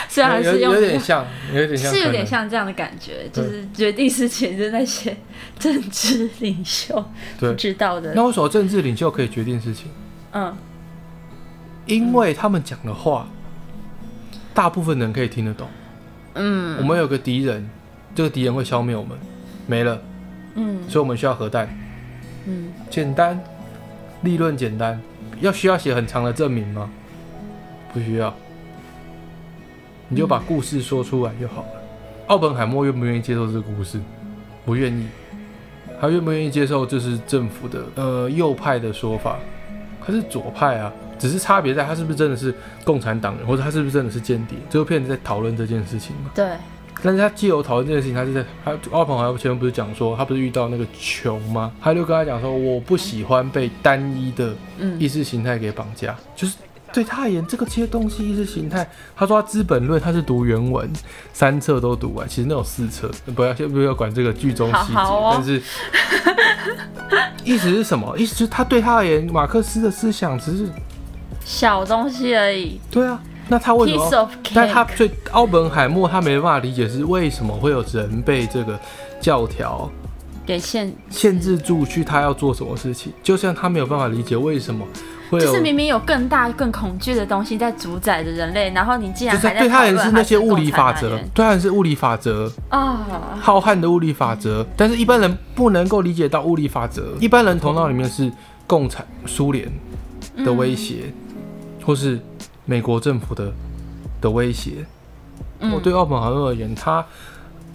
B: 虽然还
A: 有
B: 是
A: 有
B: 用那
A: 有
B: 个
A: 点像，有点像，
B: 是有点。像这样的感觉，就是决定事情是那些 政治领袖
A: 对
B: 不知道的
A: 那。为什么政治领袖可以决定事情？
B: 嗯，
A: 因为他们讲的话，大部分人可以听得懂。
B: 嗯
A: 我们有个敌人，这个敌人会消灭我们，没了，
B: 嗯
A: 所以我们需要核弹。
B: 嗯，
A: 简单，利润简单，要需要写很长的证明吗？不需要，你就把故事说出来就好了。
B: 嗯
A: 奥本海默愿不愿意接受这个故事？不愿意。他愿不愿意接受这是政府的呃右派的说法？他是左派啊，只是差别在他是不是真的是共产党人，或者他是不是真的是间谍？这部片子在讨论这件事情嘛。
B: 对，
A: 但是他既有讨论这件事情，他是在他奥本海默前面不是讲说他不是遇到那个穷吗？他就跟他讲说，我不喜欢被单一的意
B: 嗯
A: 识形态给绑架，就是对他而言，这个这些东西意识形态，他说他《资本论》他是读原文，三册都读完，其实那有四册，不要先不要管这个剧中细节，
B: 好好哦
A: 但 是意思是什么？意思就是他对他而言，马克思的思想只是
B: 小东西而已
A: 对啊，那他为什么
B: ，piece？of
A: 但他
B: cake。
A: 最奥本海默他没办法理解是为什么会有人被这个教条
B: 给限，
A: 限制住去他要做什么事情，就像他没有办法理解为什么会有
B: 就是明明有更大、更恐惧的东西在主宰着人类，然后你
A: 就
B: 竟然
A: 是
B: 还在
A: 对他而
B: 讨
A: 言
B: 论
A: 是
B: 它
A: 那些物理法
B: 共
A: 则
B: 产，
A: 对他而言是物理法则，
B: 党人啊，
A: 浩瀚的物理法则，但是一般人不能够理解到物理法则，一般人头脑里面是共产苏联的威胁，
B: 嗯
A: 或是美国政府的的威胁。我
B: 嗯，
A: 对奥本海默而言，他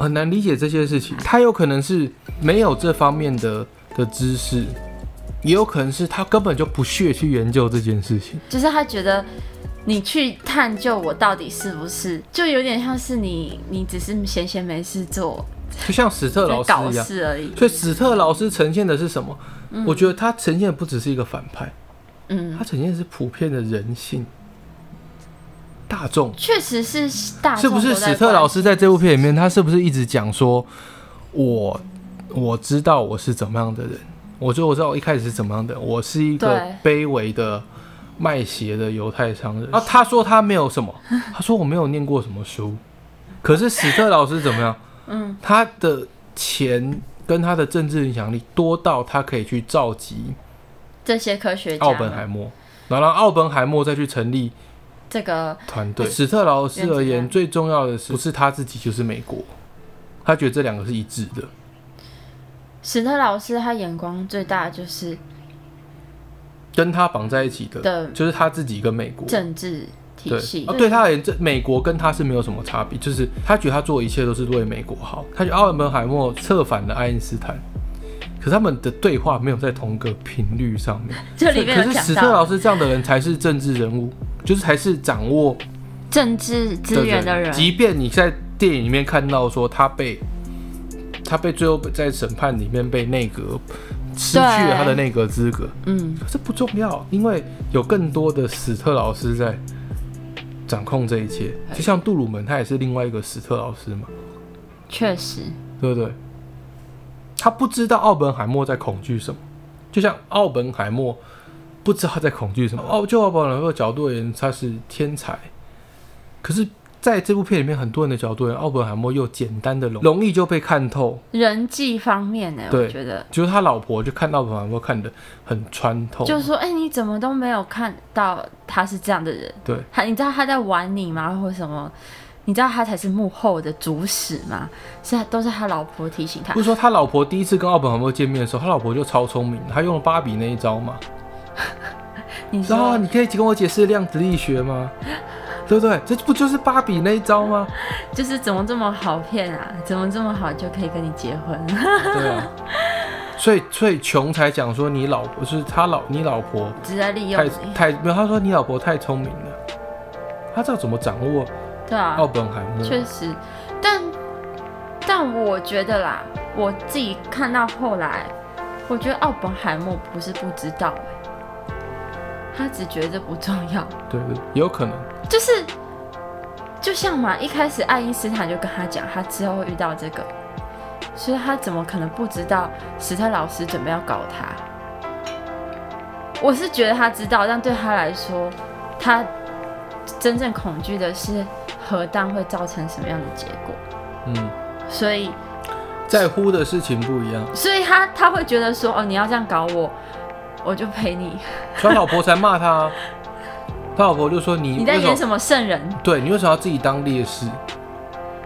A: 很难理解这些事情，他有可能是没有这方面的的知识。也有可能是他根本就不屑去研究这件事情，
B: 就是他觉得你去探究我到底是不是，就有点像是你你只是闲闲没事做，
A: 就像史特劳
B: 在
A: 斯
B: 搞
A: 一样，
B: 事而啊已。
A: 所以史特劳斯呈现的是什么？我觉得他呈现的不只是一个反派，
B: 嗯
A: 他，呈现的是普遍的人性，大众
B: 确实是大
A: 是
B: 众
A: 不
B: 啊都在
A: 是？
B: 关
A: 史特劳斯在这部片里面，他是不是一直讲说，我我知道我是怎么样的人，我觉得我知道我一开始是怎么样的人，我是一个卑微的卖鞋的犹太商人。啊，他说他没有什么，他说我没有念过什么书，可是史特劳斯怎么样？
B: 嗯，
A: 他的钱跟他的政治影响力多到他可以去召集
B: 这些科学家
A: 奥本海默，然后让奥本海默再去成立
B: 这个
A: 团队。史特劳斯而
B: 原子
A: 言，
B: 弹
A: 最重要的是不是他自己，就是美国。他觉得这两个是一致的，
B: 史特老师，他眼光最大就是
A: 跟他绑在一起的，
B: 的
A: 就是他自己跟美国。
B: 政治体
A: 对
B: 系，，
A: 哦对他而言，这美国跟他是没有什么差别，就是他觉得他做一切都是为美国好。他觉得奥本海默策反了爱因斯坦，可是他们的对话没有在同个频率上面。
B: 这里面
A: 可
B: 有
A: 是
B: 讲
A: 史特劳
B: 到
A: 斯这样的人才是政治人物，就是才是掌握
B: 政治资源的人，
A: 即便你在电影里面看到说他被他被最后在审判里面被内阁失去了他的内阁资格，
B: 嗯，
A: 可是不重要，因为有更多的史特劳斯在掌控这一切。就像杜鲁门，他也是另外一个史特劳斯嘛，
B: 确实，
A: 对不对？他不知道奥本海默在恐惧什么，就像奥本海默不知道他在恐惧什么。哦，就奥本海默的角度而言，他是天才，可是在这部片里面，很多人的角度而言，奥本海默又简单的容容易就被看透，
B: 人际方面呢，我
A: 对
B: 觉得
A: 就是他老婆就看奥本海默看得很穿透，
B: 就是说，哎、你怎么都没有看到他是这样的人？
A: 对，
B: 他你知道他在玩你吗，或什么？你知道他才是幕后的主使吗？是都是他老婆提醒他
A: 不，是说他老婆第一次跟奥本海默见面的时候，他老婆就超聪明，他用了芭比那一招嘛，
B: 你
A: 啊，
B: 说
A: 你可以跟我解释量子力学吗？对不对？这不就是芭比那一招吗？
B: 就是怎么这么好骗啊？怎么这么好就可以跟你结婚？
A: 对啊，所以所以穷才讲说你老婆就是他老你老婆
B: 只在利用
A: 太
B: 你，
A: 太没有，他说你老婆太聪明了，他知道怎么掌握
B: 对啊，
A: 奥本海默。
B: 确实，但但我觉得啦，我自己看到后来，我觉得奥本海默不是不知道、欸，他只觉得不重要，
A: 对对，有可能。
B: 就是就像嘛，一开始爱因斯坦就跟他讲，他之后会遇到这个，所以他怎么可能不知道史特老师准备要搞他？我是觉得他知道，但对他来说，他真正恐惧的是核弹会造成什么样的结果。
A: 嗯，
B: 所以，
A: 在乎的事情不一样，
B: 所以他他会觉得说，哦，你要这样搞我，我就陪你。
A: 所以他老婆才骂他啊、他老婆就说你
B: 你在
A: 为
B: 演
A: 什么？
B: 什么圣人？
A: 对你为什么要自己当烈士？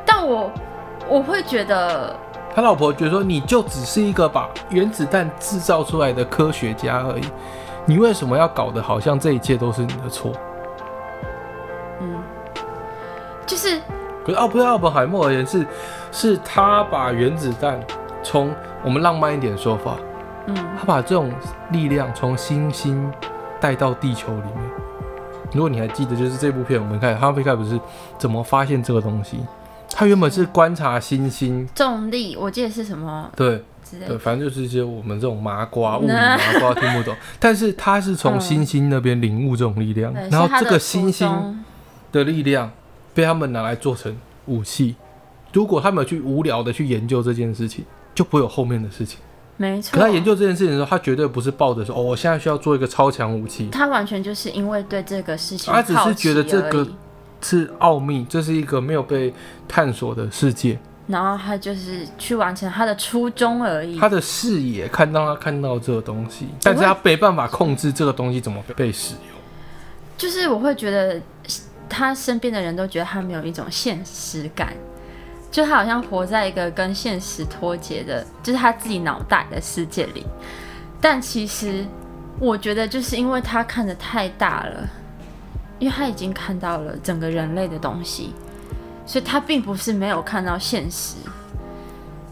B: 但我我会觉得，
A: 他老婆觉得说你就只是一个把原子弹制造出来的科学家而已，你为什么要搞得好像这一切都是你的错？
B: 嗯，就是
A: 可是奥不对奥本海默而言是，是他把原子弹从我们浪漫一点说法，
B: 嗯，
A: 他把这种力量从星星带到地球里面。如果你还记得，就是这部片我们看哈菲盖不是怎么发现这个东西？他原本是观察星星，
B: 重力，我记得是什么
A: 对
B: 之类
A: 对，
B: 的。
A: 反正就是一些我们这种麻瓜 物理麻瓜听不懂，但是他是从星星那边领悟这种力量，
B: 嗯对，
A: 然后
B: 是他
A: 这
B: 的
A: 个
B: 初
A: 星星
B: 衷
A: 的力量被他们拿来做成武器。如果他们有去无聊的去研究这件事情，就不会有后面的事情。
B: 没错，
A: 可他研究这件事情的时候，他绝对不是抱着说哦，我现在需要做一个超强武器，
B: 他完全就是因为对这个事情
A: 他只是
B: 好奇
A: 觉得这个
B: 而已
A: 是奥秘，这是一个没有被探索的世界。
B: 然后他就是去完成他的初衷而已
A: 他。的视野看到他看到这个东西，但是
B: 嗯我
A: 他没办法控制这个东西怎么被使用。
B: 就是我会觉得他身边的人都觉得他没有一种现实感，就他好像活在一个跟现实脱节的，就是他自己脑袋的世界里。但其实我觉得，就是因为他看得太大了，因为他已经看到了整个人类的东西，所以他并不是没有看到现实，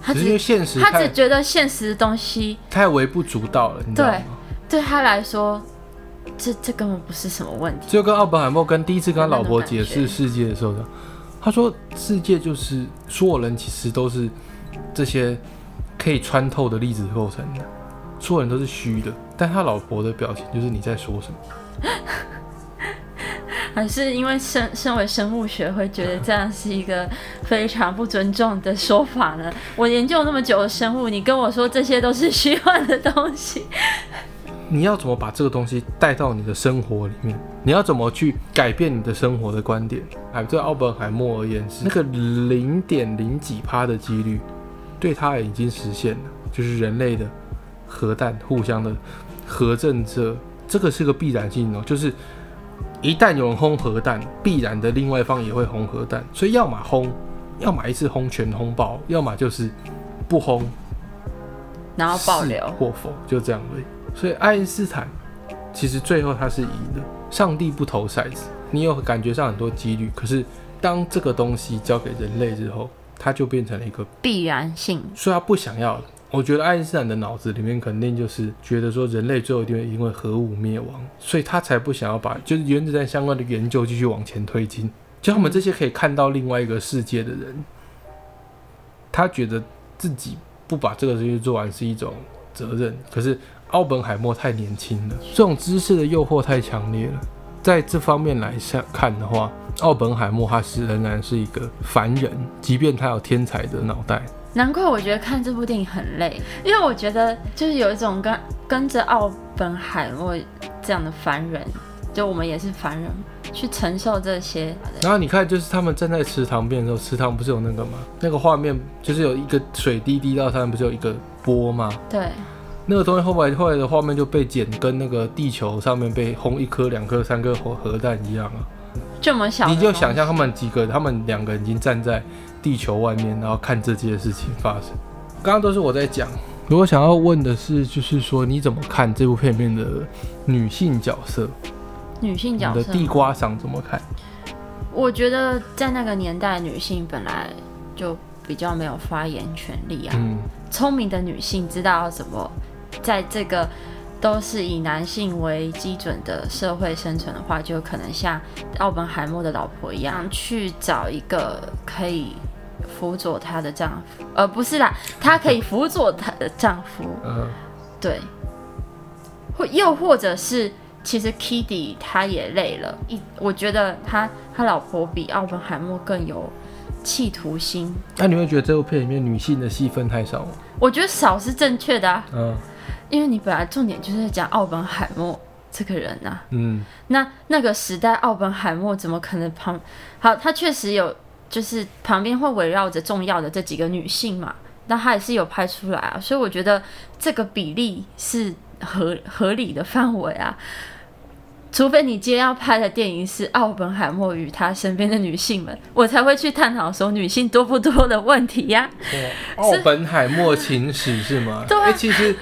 B: 他
A: 只是因为
B: 只
A: 现实
B: 他只
A: 太
B: 觉得现实的东西
A: 太微不足道了，你知道
B: 对
A: 吗？
B: 对他来说，这这根本不是什么问题。
A: 就跟奥本海默跟第一次跟他老婆解释世界的时候讲，他说世界就是所有人其实都是这些可以穿透的粒子构成的，所有人都是虚的。但他老婆的表情就是你在说什么？
B: 还是因为身身为生物学会觉得这样是一个非常不尊重的说法 呢？我研究那么久的生物，你跟我说这些都是虚幻的东西，
A: 你要怎么把这个东西带到你的生活里面？你要怎么去改变你的生活的观点？还对奥本海默而言是那个零点零几趴的几率，对他已经实现了，就是人类的核弹互相的核震慑，这个是个必然性哦，就是一旦有人轰核弹，必然的另外一方也会轰核弹，所以要么轰，要么一次轰全轰爆，要么就是不轰
B: 然后保留
A: 是。或否，就这样而已。所以爱因斯坦其实最后他是赢的，上帝不投骰子，你有感觉上很多几率，可是当这个东西交给人类之后，它就变成了一个，
B: 必然性。
A: 所以他不想要了。我觉得爱因斯坦的脑子里面肯定就是觉得说人类最后一定会因为核武灭亡，所以他才不想要把就是原子弹相关的研究继续往前推进。就他们这些可以看到另外一个世界的人，他觉得自己不把这个东西做完是一种责任。可是奥本海默太年轻了，这种知识的诱惑太强烈了。在这方面来下看的话，奥本海默他是仍然是一个凡人，即便他有天才的脑袋。
B: 难怪我觉得看这部电影很累，因为我觉得就是有一种跟跟着奥本海默这样的凡人，就我们也是凡人，去承受这些。
A: 然后你看，就是他们站在池塘边的时候，池塘不是有那个吗？那个画面就是有一个水滴滴到他们，不是有一个波吗？
B: 对，
A: 那个东西后来后来的画面就被剪，跟那个地球上面被轰一颗、两颗、三颗核核弹一样啊！
B: 这么小的
A: 你
B: 东西，
A: 就想象他们几个，他们两个已经站在地球外面，然后看这件事情发生。刚刚都是我在讲，如果想要问的是，就是说你怎么看这部片里面的女性角色？
B: 女性角
A: 你
B: 色
A: 的地瓜赏怎么看？
B: 我觉得在那个年代，女性本来就比较没有发言权利啊。
A: 嗯，
B: 聪明的女性知道怎么在这个都是以男性为基准的社会生存的话，就可能像奥本海默的老婆一样，去找一个可以辅佐她的丈夫，呃，不是啦，她可以辅佐她的丈夫，
A: 呃，
B: 对，或又或者是，其实 Kitty 她也累了，一我觉得他他老婆比奥本海默更有企图心，
A: 那你会觉得这部片里面女性的戏份太少吗？
B: 我觉得少是正确的、啊，
A: 嗯
B: 因为你本来重点就是在讲奥本海默这个人呐、啊，
A: 嗯，
B: 那那个时代奥本海默怎么可能旁好，他确实有就是旁边会围绕着重要的这几个女性嘛，那他也是有拍出来啊，所以我觉得这个比例是合合理的范围啊。除非你今天要拍的电影是奥本海默与他身边的女性们，我才会去探讨说女性多不多的问题呀、
A: 奥哦本海默情史是吗？ 哎
B: 对啊
A: 诶其实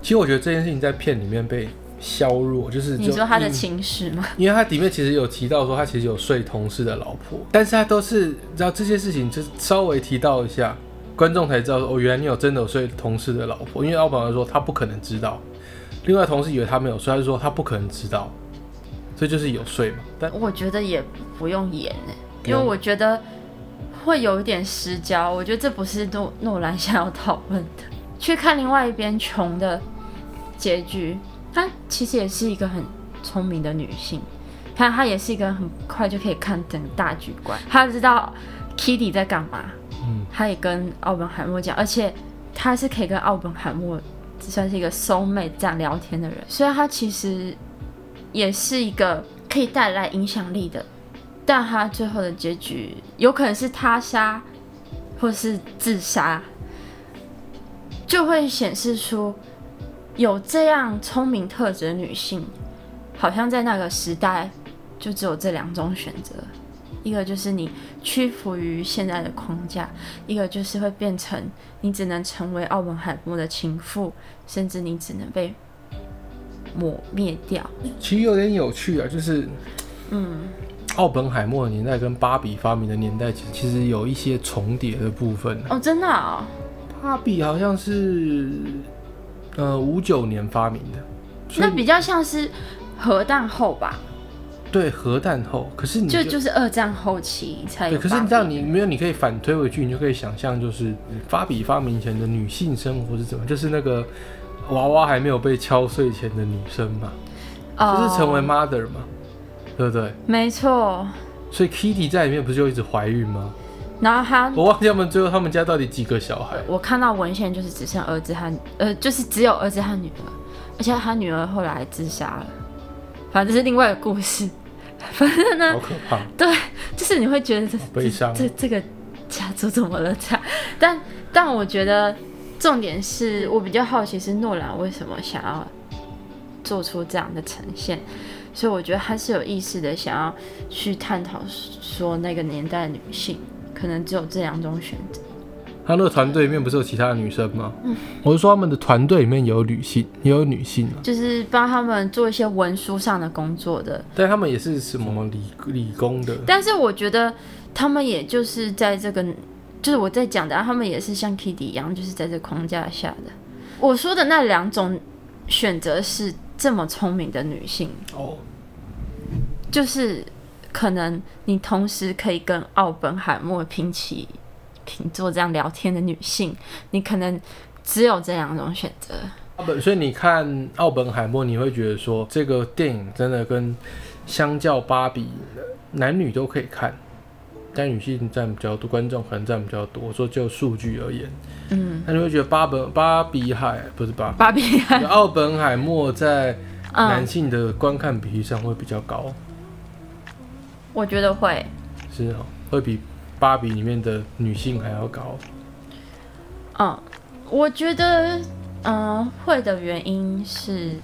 A: 其实我觉得这件事情在片里面被削弱，就是
B: 你
A: 就
B: 说他的
A: 嗯
B: 情史吗？
A: 因为他里面其实有提到说他其实有睡同事的老婆，但是他都是知道这些事情，就是稍微提到一下，观众才知道说哦，原来你有真的有睡同事的老婆。因为奥本海默说他不可能知道，另外同事以为他没有睡，他就说他不可能知道，所以就是有睡嘛。但
B: 我觉得也不用演欸呢、
A: 不
B: 因
A: 用
B: 为我觉得会有一点失焦。我觉得这不是诺诺兰想要讨论的。 去看另外一边穷的结局，她其实也是一个很聪明的女性，她她也是一个很快就可以看整个大局观，她知道 Kitty 在干嘛，
A: 嗯，
B: 她也跟奥本海默讲，而且她是可以跟奥本海默算是一个 soul mate 这样聊天的人，所以她其实也是一个可以带来影响力的，但她最后的结局有可能是他杀，或是自杀，就会显示出有这样聪明特质的女性，好像在那个时代就只有这两种选择，一个就是你屈服于现在的框架，一个就是会变成你只能成为奥本海默的情妇，甚至你只能被抹灭掉。
A: 其实有点有趣啊，就是
B: 嗯，
A: 奥本海默的年代跟芭比发明的年代其实其实有一些重叠的部分、啊。
B: 哦，真的哦，
A: 芭比好像是呃五九年发明的，所以
B: 那比较像是核弹后吧，
A: 对核弹后，可是你
B: 就就是二战后期才有
A: 嗯对，
B: 吧。
A: 可是你知道你没有，你可以反推回去，你就可以想象，就是芭比发明前的女性生活是怎么，就是那个娃娃还没有被敲碎前的女生嘛，
B: 哦
A: 就是成为 mother 嘛，对不对？
B: 没错。
A: 所以 Kitty 在里面不是就一直怀孕吗？
B: 然后他，
A: 我忘记他们最后他们家到底几个小孩，
B: 我看到文献就是只剩儿子和呃，就是只有儿子和女儿，而且他女儿后来还自杀了，反正这是另外的故事。反正呢
A: 好，可怕。
B: 就是你会觉得这
A: 悲伤
B: 这这这个家族怎么了 这样？但但我觉得重点是我比较好奇是诺兰为什么想要做出这样的呈现，所以我觉得他是有意识的想要去探讨说那个年代的女性可能只有这两种选择。
A: 他那个团队里面不是有其他的女生吗？我是说他们的团队里面有女性，也有女性啊，
B: 就是帮他们做一些文书上的工作的。
A: 但他们也是什么理理工的，
B: 但是我觉得他们也就是在这个，就是我在讲的啊，他们也是像 Kitty 一样，就是在这框架下的。我说的那两种选择是这么聪明的女性，
A: 哦，
B: 就是可能你同时可以跟奥本海默平起平坐这样聊天的女性，你可能只有这两种选择。
A: 奥本，所以你看奥本海默，你会觉得说这个电影真的跟相较芭比，男女都可以看，但女性占比较多，观众可能占比较多。我说就数据而言，
B: 嗯，
A: 那你会觉得芭本芭比海不是芭，
B: 芭比，
A: 奥本海默在男
B: 嗯，
A: 性的观看比例上会比较高，
B: 我觉得会。
A: 是哦，会比芭比里面的女性还要高。
B: 嗯，我觉得，嗯，会的原因是，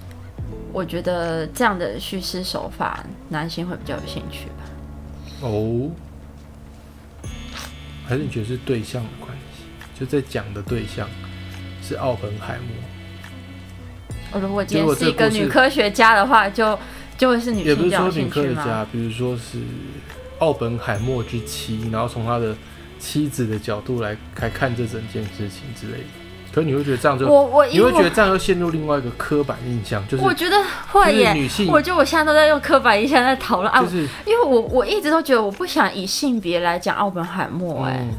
B: 我觉得这样的叙事手法，男性会比较有兴趣吧。
A: 哦，还是你觉得是对象的关系？就在讲的对象是奥本海默，
B: 哦如果今
A: 结果
B: 天
A: 这
B: 是一个
A: 故事
B: 女科学家的话，就就会是女
A: 也不是
B: 性交
A: 说
B: 友
A: 女
B: 兴
A: 科
B: 趣
A: 学
B: 吗？
A: 家，比如说是奥本海默之妻，然后从他的妻子的角度来来看这整件事情之类的。可是你会觉得这样就，
B: 我我
A: 你
B: 因为
A: 会觉得
B: 我
A: 这样又陷入另外一个刻板印象，就是
B: 我觉得
A: 就
B: 会
A: 是
B: 耶。
A: 女性，
B: 我觉得我现在都在用刻板印象在讨论啊，
A: 就是
B: 因为我我一直都觉得我不想以性别来讲奥本海默，哎、
A: 嗯，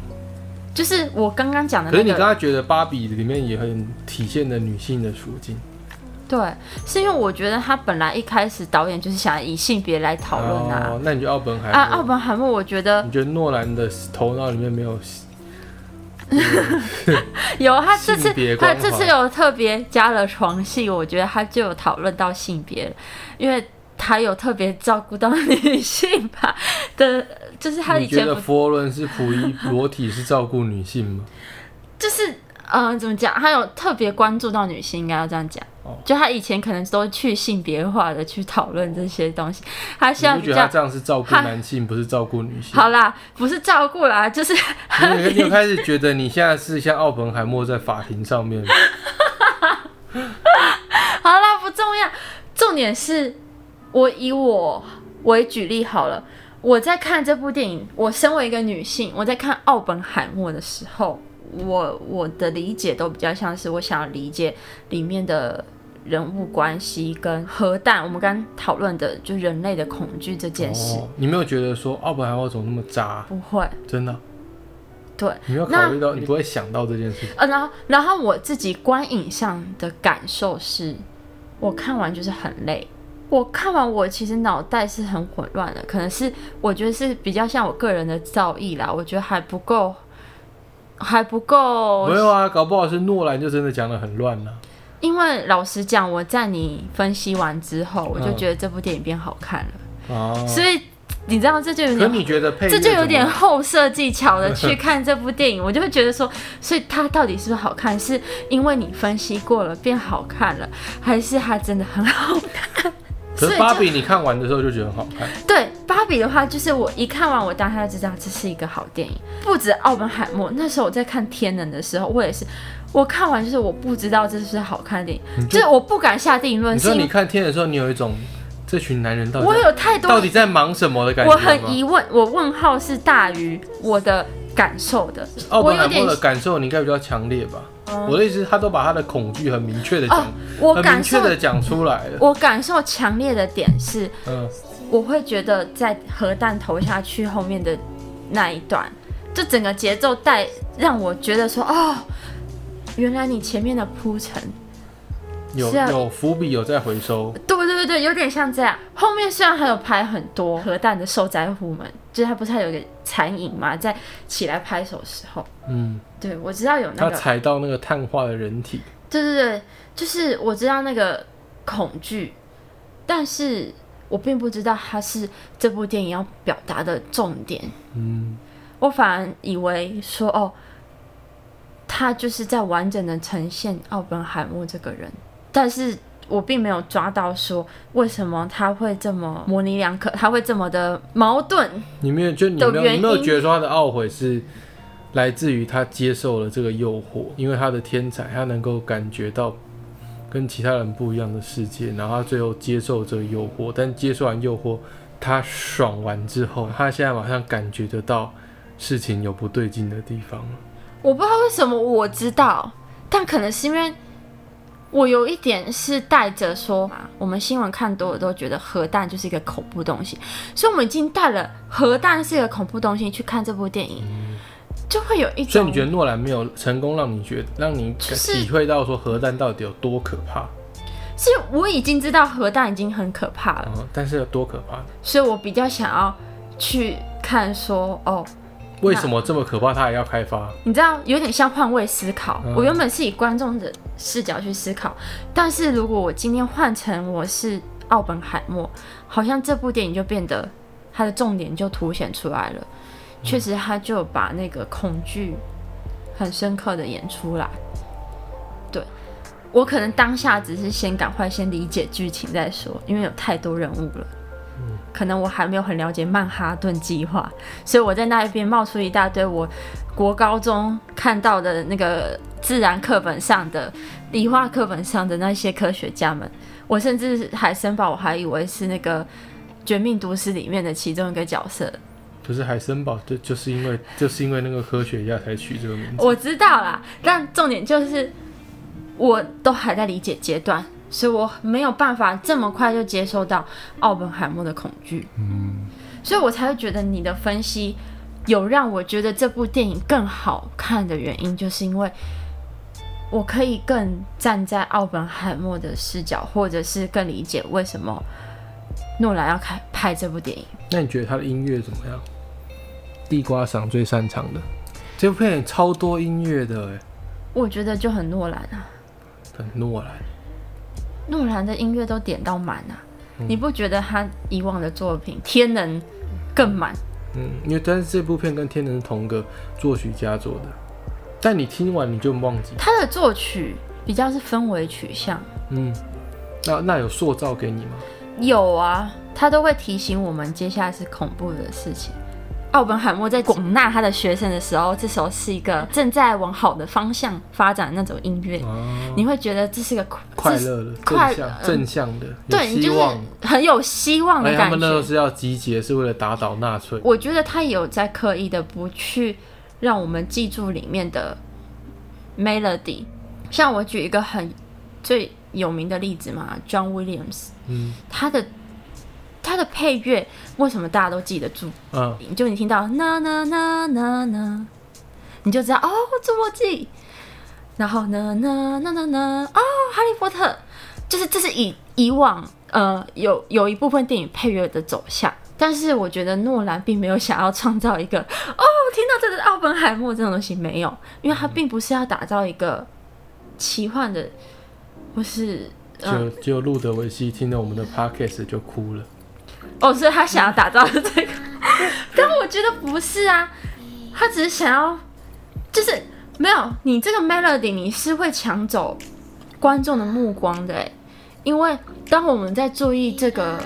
B: 就是我刚刚讲的
A: 可是
B: 那
A: 你
B: 个
A: 刚才觉得芭比里面也很体现了女性的处境，
B: 对，是因为我觉得他本来一开始导演就是想以性别来讨论啊。
A: 哦，那你觉得奥本海默？
B: 啊，奥本海默，我觉得
A: 你觉得诺兰的头脑里面没有？
B: 有他这次
A: 性别光
B: 他
A: 环
B: 这次有特别加了床戏，我觉得他就有讨论到性别，因为他有特别照顾到 女性吧的，就是他以
A: 你觉
B: 前
A: 得
B: 不
A: 佛伦斯溥仪裸体是照顾女性 吗？
B: 就是嗯、呃怎么讲，他有特别关注到女性，应该要这样讲
A: 哦。
B: 就他以前可能都去性别化的去讨论这些东西，他现在
A: 你不
B: 比
A: 觉得他
B: 较
A: 这样是照顾
B: 他
A: 男性，不是照顾女性？
B: 好啦，不是照顾啦，就是他
A: 你有你有开始觉得你现在是像奥本海默在法庭上面吗，
B: 好啦，不重要，重点是我以我为举例好了。我在看这部电影，我身为一个女性，我在看《奥本海默》的时候，我我的理解都比较像是我想要理解里面的人物关系跟核弹，我们刚刚讨论的就人类的恐惧这件事，
A: 哦，你没有觉得说奥本海默怎么那么渣？
B: 不会
A: 真的，
B: 对。
A: 你没有考虑到，你不会想到这件事情。
B: 呃，然后然后我自己观影上的感受是，我看完就是很累。我看完，我其实脑袋是很混乱的，可能是我觉得是比较像我个人的造诣啦，我觉得还不够，还不够
A: 没。有啊，搞不好是诺兰就真的讲的很乱啊了。
B: 因为老实讲，我在你分析完之后，我就
A: 嗯
B: 觉得这部电影变好看了，
A: 哦，
B: 所以你知道这就有
A: 可
B: 点
A: 你觉得配乐
B: 这就有点
A: 怎么
B: 后设技巧的去看这部电影，我就会觉得说，所以它到底是不是好看，是因为你分析过了变好看了，还是它真的很好 看？
A: 样？可
B: 所以
A: 是
B: 就
A: 芭比你看完的时候就觉得很好看，
B: 对芭比的话，就是我一看完，我当下就知道这是一个好电影。不止奥本海默，那时候我在看《天能》的时候，我也是，我看完就是我不知道这是好看的电影，就是我不敢下定论，
A: 你
B: 是
A: 说
B: 因
A: 你
B: 为
A: 看天的时候，你有一种这群男人到底
B: 我
A: 在
B: 有太多
A: 到底在忙什么的感觉
B: 我
A: 吗？
B: 很疑问，我问号是大于我的感受的，
A: 奥
B: 我
A: 本海
B: 有点
A: 默的感受你应该比较强烈吧？我的意思，是，他都把他的恐惧很明确的
B: 哦
A: 讲，，
B: 我
A: 很
B: 感
A: 明确
B: 受
A: 的讲出来了。
B: 我感受强烈的点是，
A: 嗯，
B: 我会觉得在核弹投下去后面的那一段，这整个节奏带让我觉得说，哦，原来你前面的铺陈，
A: 有
B: 是啊
A: 有伏笔，有在回收。
B: 对对对对，有点像这样。后面虽然还有拍很多核弹的受灾户们，就是他不是还有一个残影嘛，在起来拍手的时候，
A: 嗯，
B: 对我知道有那
A: 他
B: 个，
A: 踩到那个碳化的人体，
B: 对对对，就是我知道那个恐惧，但是我并不知道它是这部电影要表达的重点。
A: 嗯，
B: 我反而以为说，哦，他就是在完整的呈现奥本海默这个人，但是我并没有抓到说为什么他会这么模棱两可，他会这么的矛盾。
A: 你没有就你
B: 的
A: 没有
B: 原
A: 你没有
B: 因
A: 觉得说他的懊悔是来自于他接受了这个诱惑，因为他的天才，他能够感觉到跟其他人不一样的世界，然后他最后接受这个诱惑，但接受完诱惑，他爽完之后，他现在马上感觉得到事情有不对劲的地方了。
B: 我不知道为什么我知道，但可能是因为我有一点是带着说，啊我们新闻看多了都觉得核弹就是一个恐怖东西，所以我们已经带了核弹是一个恐怖东西去看这部电影，就会有一种
A: 所以你觉得诺兰没有成功让你觉得让你
B: 就是
A: 体会到说核弹到底有多可怕？
B: 是我已经知道核弹已经很可怕了，
A: 嗯，但是有多可怕？
B: 所以我比较想要去看说哦，
A: 为什么这么可怕？他还要开发？
B: 你知道有点像换位思考。
A: 嗯
B: 我原本是以观众的视角去思考，但是如果我今天换成我是奥本海默，好像这部电影就变得它的重点就凸显出来了。确实，他就把那个恐惧很深刻的演出来。对我可能当下只是先赶快先理解剧情再说，因为有太多人物了。可能我还没有很了解曼哈顿计划，所以我在那一边冒出一大堆我国高中看到的那个自然课本上的、理化课本上的那些科学家们，我甚至海森堡我还以为是那个《绝命毒师》里面的其中一个角色，
A: 可是海森堡就就是因为就是因为那个科学家才取这个名字。
B: 我知道啦，但重点就是我都还在理解阶段，所以我没有办法这么快就接受到奥本海默的恐惧。嗯，所以我才会觉得你的分析有让我觉得这部电影更好看的原因，就是因为我可以更站在奥本海默的视角，或者是更理解为什么诺兰要开拍这部电影。
A: 那你觉得他的音乐怎么样？地瓜赏最擅长的这部片超多音乐的哎，
B: 我觉得就很诺兰啊。
A: 很诺兰。
B: 诺兰的音乐都点到满啊，你不觉得他以往的作品《天能》更满？
A: 嗯，因为但是这部片跟《天能》是同个作曲家做的，但你听完你就忘记。
B: 他的作曲比较是氛围取向，
A: 嗯，那那有塑造给你吗？
B: 有啊，他都会提醒我们接下来是恐怖的事情。奥本海默在广纳他的学生的时候，这首是一个正在往好的方向发展的那种音乐，
A: 啊，
B: 你会觉得这是个
A: 快，
B: 这是
A: 乐的，
B: 快
A: 正向
B: 嗯
A: 正向的，有
B: 对，你
A: 希
B: 就是
A: 望。
B: 很有希望
A: 而
B: 的
A: 且他
B: 感
A: 们那时候
B: 觉。
A: 是要集结，是为了打倒纳粹。
B: 我觉得他也有在刻意的不去让我们记住里面的 melody。像我举一个很最有名的例子嘛，John Williams，
A: 嗯
B: 他的他的配乐为什么大家都记得住？
A: 嗯，
B: 就你听到呐呐呐呐呐，你就知道哦，侏罗纪，然后呢呢呢呢呢，哦，哈利波特，就是这是以以往呃有有一部分电影配乐的走向，但是我觉得诺兰并没有想要创造一个哦，听到这个奥本海默这种东西没有，因为他并不是要打造一个奇幻的，或是嗯
A: 就就路德维希听了我们的 podcast 就哭了。
B: 哦，所以他想要打造的这个， 但我觉得不是啊，他只是想要，就是没有你这个 melody，你是会抢走观众的目光的欸，因为当我们在注意这个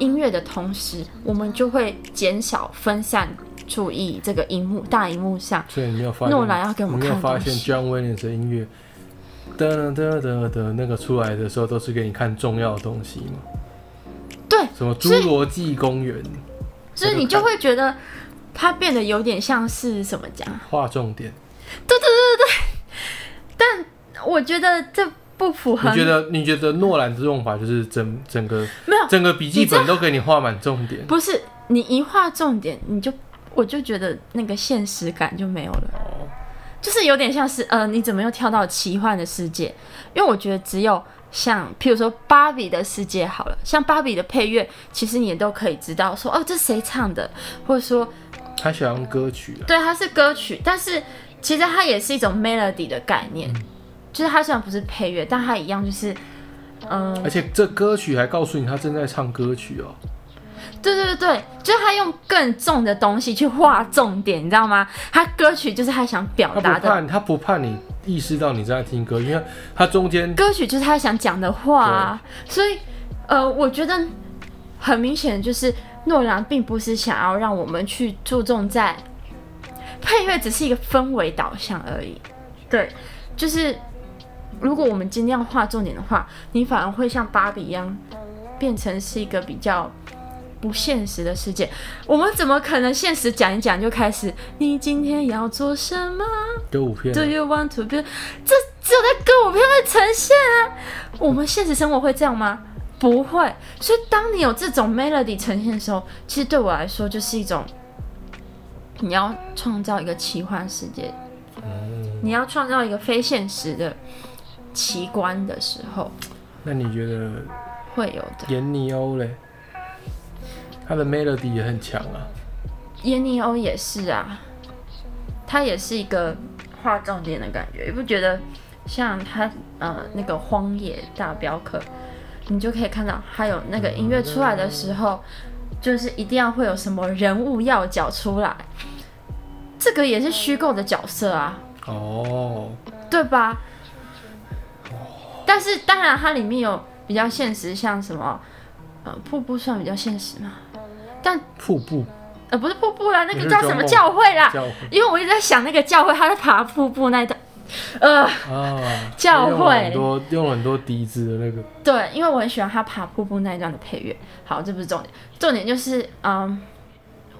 B: 音乐的同时，我们就会减少分散注意这个荧幕大荧幕上，
A: 所以你没有发现，
B: 诺兰要给我们
A: 你没有
B: 看的
A: 发
B: 东
A: 现
B: 西
A: John Williams 的音乐，噔噔噔噔那个出来的时候，都是给你看重要的东西吗？
B: 对，
A: 什么
B: 所以
A: 侏罗纪公园，
B: 所以你就会觉得它变得有点像是什么讲？
A: 划重点。
B: 我觉得这不符合
A: 你觉得你觉得诺兰的用法就是整整个
B: 没有
A: 整个笔记
B: 啊你知
A: 本都给你画满重点？
B: 不是你一画重点，你就我就觉得那个现实感就没有了，
A: 哦，
B: 就是有点像是呃，你怎么又跳到奇幻的世界？因为我觉得只有像譬如说芭比的世界好了，像芭比的配乐，其实你也都可以知道说哦，这谁唱的，或者说
A: 他喜欢歌曲啊，
B: 对，它是歌曲，但是其实它也是一种 melody 的概念，就是它虽然不是配乐，但它一样就是。嗯，
A: 而且这歌曲还告诉你他正在唱歌曲哦。
B: 对对对对，就是他用更重的东西去画重点，你知道吗？他歌曲就是他想表
A: 他
B: 达
A: 不
B: 的，
A: 怕他不怕你意识到你正在听歌，因为他中间
B: 歌曲就是他想讲的话、啊。所以，呃，我觉得很明显就是诺兰并不是想要让我们去注重在配乐，只是一个氛围导向而已。对，就是如果我们今天要画重点的话，你反而会像芭比一样，变成是一个比较。不现实的世界，我们怎么可能现实讲一讲就开始？你今天要做什么？
A: 歌舞片啊
B: Do you want to be？这只有在歌舞片会呈现啊。我们现实生活会这样吗？不会。所以当你有这种 melody 呈现的时候，其实对我来说就是一种，你要创造一个奇幻世界，你要创造一个非现实的奇观的时候
A: 那你觉得
B: 会有的。
A: 闫妮欧嘞？她的 melody 也很强啊，
B: 耶尼欧也是啊，他也是一个画重点的感觉，你不觉得？像他呃那个荒野大镖客，你就可以看到，还有那个音乐出来的时候，就是一定要会有什么人物要角出来，这个也是虚构的角色啊，
A: 哦，
B: 对吧？但是当然，它里面有比较现实，像什么呃，瀑布算比较现实嘛，
A: 瀑布
B: 呃，不是瀑布啦，那
A: 你
B: 个
A: 是
B: 叫
A: 说
B: 什么
A: 梦
B: 教会啦？
A: 教会
B: 因为我一直在想那个教会，他在爬瀑布那一段，呃，
A: 啊，
B: 教
A: 用了
B: 会
A: 很多用了很多笛子的那个，
B: 对，因为我很喜欢他爬瀑布那一段的配乐。好，这不是重点，重点就是，嗯，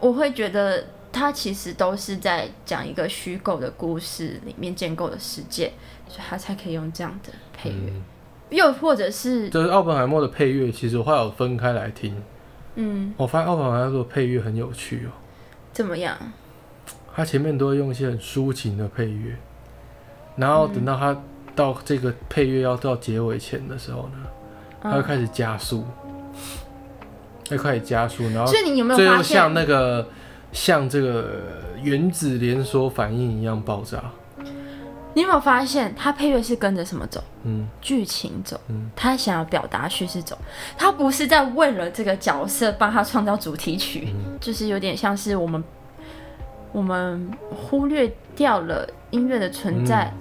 B: 我会觉得他其实都是在讲一个虚构的故事里面建构的世界，所以他才可以用这样的配乐。
A: 嗯，
B: 又或者是，
A: 就是奥本海默的配乐，其实我还有分开来听，
B: 嗯，
A: 我发现奥本海默的配乐很有趣哦，
B: 怎么样？
A: 他前面都会用一些很抒情的配乐，然后等到他到这个配乐要到结尾前的时候呢，他会
B: 嗯，
A: 开始加速，会开始加速，然后
B: 所以你有没
A: 最
B: 有
A: 后
B: 发现
A: 哦像？那个像这个原子连锁反应一样爆炸。
B: 你有没有发现他配乐是跟着什么走？
A: 嗯，
B: 剧情走
A: 嗯，
B: 他想要表达叙事走，他不是在为了这个角色帮他创造主题曲，
A: 嗯
B: 就是有点像是我们我们忽略掉了音乐的存在，
A: 嗯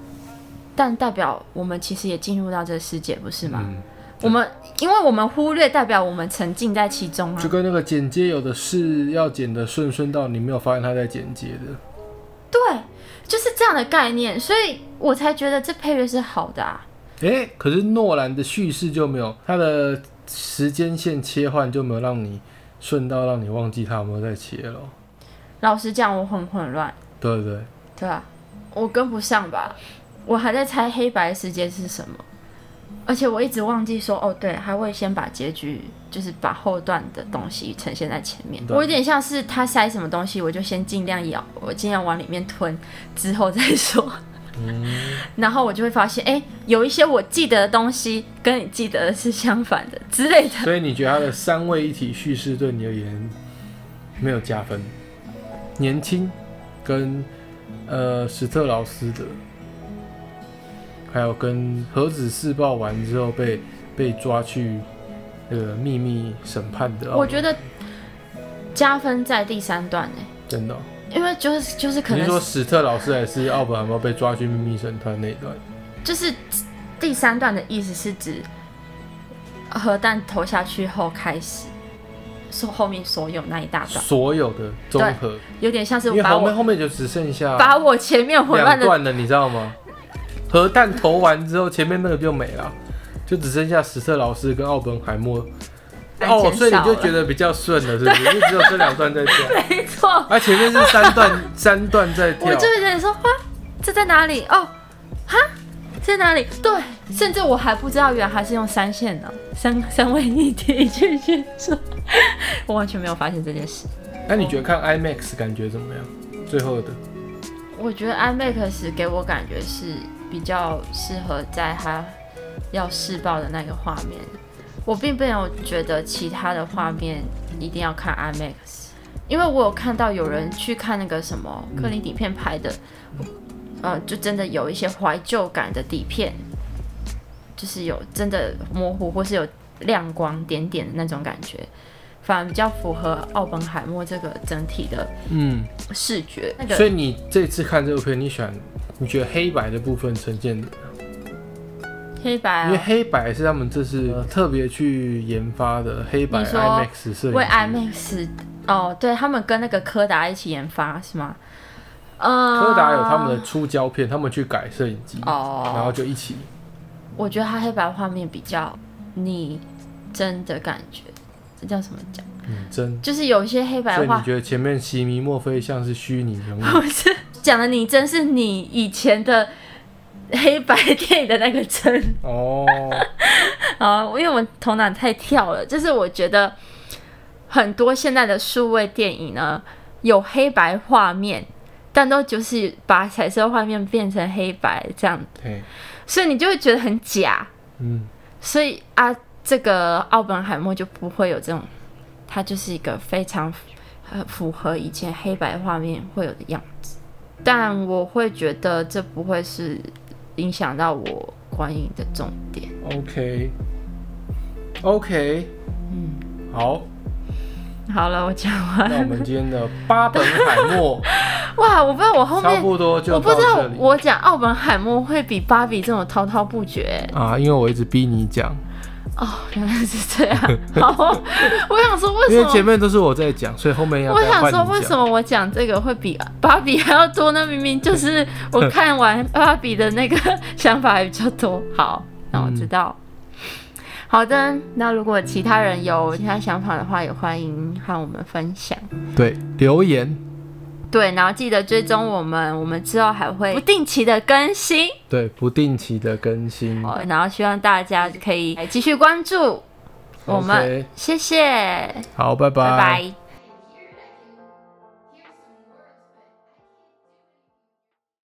B: 但代表我们其实也进入到这个世界，不是吗？
A: 嗯
B: 我们因为我们忽略，代表我们沉浸在其中啊
A: 就。跟那个剪接，有的是要剪的顺顺到你没有发现他在剪接的。
B: 对，就是这样的概念，所以我才觉得这配乐是好的啊。
A: 诶，可是诺兰的叙事就没有，他的时间线切换就没有让你顺到让你忘记他有没有在切了。
B: 老实讲，我很混乱。
A: 对不对，
B: 对啊，我跟不上吧，我还在猜黑白世界是什么，而且我一直忘记说，哦，对，他会先把结局，就是把后段的东西呈现在前面。
A: 对
B: 我有点像是他塞什么东西，我就先尽量咬，我尽量往里面吞，之后再说。 然后我就会发现，哎，有一些我记得的东西跟你记得的是相反的之类 的。
A: 所以你觉得他的三位一体叙事对你而言没有加分？年轻跟呃史特劳斯的，还有跟核子试爆完之后被被抓去那个秘密审判的奥本，
B: 我觉得加分在第三段呢、
A: 真的哦、
B: 因为就是就是可
A: 你
B: 能
A: 是说史特劳斯还是奥本海默被抓去秘密审判那一 段？
B: 就是第三段的意思是指核弹投下去后开始，说后面所有那一大段，
A: 所有的综合，
B: 有点像是
A: 因为
B: 把
A: 后面
B: 我
A: 后面就只剩下
B: 把我前面混乱
A: 两
B: 的，
A: 段了，你知道吗？核弹投完之后，前面那个就没了，就只剩下史特劳斯跟奥本海默。
B: 但
A: 哦，
B: 减
A: 所以你
B: 少
A: 就
B: 了
A: 觉得比较顺了，是不是？因为只有这两段在跳，
B: 没 错，
A: 而、前面是三 段，三段在跳
B: 我。就有点说啊，这在哪里？哦，哈，在哪里？对，甚至我还不知道原来还是用三线呢，三三位一体去去说， 我完全没有发现这件事。
A: 那你觉得看 IMAX 感觉怎么样？最后的，
B: 我觉得 IMAX 给我感觉是比较适合在它要试爆的那个画面，我并没有觉得其他的画面一定要看 IMAX，因为我有看到有人去看那个什么克林底片拍的，呃，就真的有一些怀旧感的底片，就是有真的模糊或是有亮光点点的那种感觉，反而比较符合奥本海默这个整体的
A: 嗯，
B: 视觉。那个
A: 所以你这次看这部片，你选，你觉得黑白的部分呈现的，
B: 黑白、啊，嗯
A: 因为黑白是他们这次呃特别去研发的黑白
B: 你说
A: IMAX 摄影
B: 为
A: 机
B: IMAX 哦，对他们跟那个柯达一起研发是吗？嗯，
A: 柯达有他们的出胶片，他们去改摄影机，然后
B: 哦，
A: 就一起。
B: 我觉得它黑白画面比较拟真的感觉，这叫什么讲？
A: 嗯，真。
B: 就是有一些黑
A: 所
B: 白
A: 以你
B: 画
A: 觉得前面席迷莫非像是虚拟人物？
B: 不是讲的拟真，是你以前的黑白 电影的那个真。
A: 哦，
B: 啊，因为我们头脑太跳了，就是我觉得很多现在的数位电影呢，有黑白画面，但都就是把彩色画面变成黑白这样，
A: 对，
B: 所以你就会觉得很假。
A: 嗯，
B: 所以啊，这个奥本海默就不会有这种，它就是一个非常呃符合以前黑白画面会有的样子。但我会觉得这不会是影响到我观影的重点。
A: OK，OK，、好，
B: 嗯好了，我讲完
A: 那我们今天的巴本海默
B: 哇，我不知道我 后
A: 差
B: 面，
A: 不多就
B: 我不
A: 到
B: 知道
A: 这里
B: 我讲奥本海默会比芭比这种滔滔不绝。
A: 啊，因为我一直逼你讲，
B: 哦，原来是这样。好，我想说为
A: 因
B: 什
A: 为前
B: 么？
A: 面都是我在讲，所以后面要
B: 我
A: 再
B: 想
A: 换
B: 说
A: 你
B: 为
A: 讲
B: 什么我讲这个会比芭比还要多？那明明就是我看完芭比的那个想法还比较多。好，那我知道。
A: 嗯
B: 好的，那如果其他人有其他想法的话，也欢迎和我们分享。
C: 对，
A: 留言？
B: 对，然后记得追踪我们，我们之后还会不定期的更新。
A: 对，不定期的更新。
B: 哦，然后希望大家可以继续关注我们
A: OK，
B: 谢谢，
A: 好，拜
B: 拜拜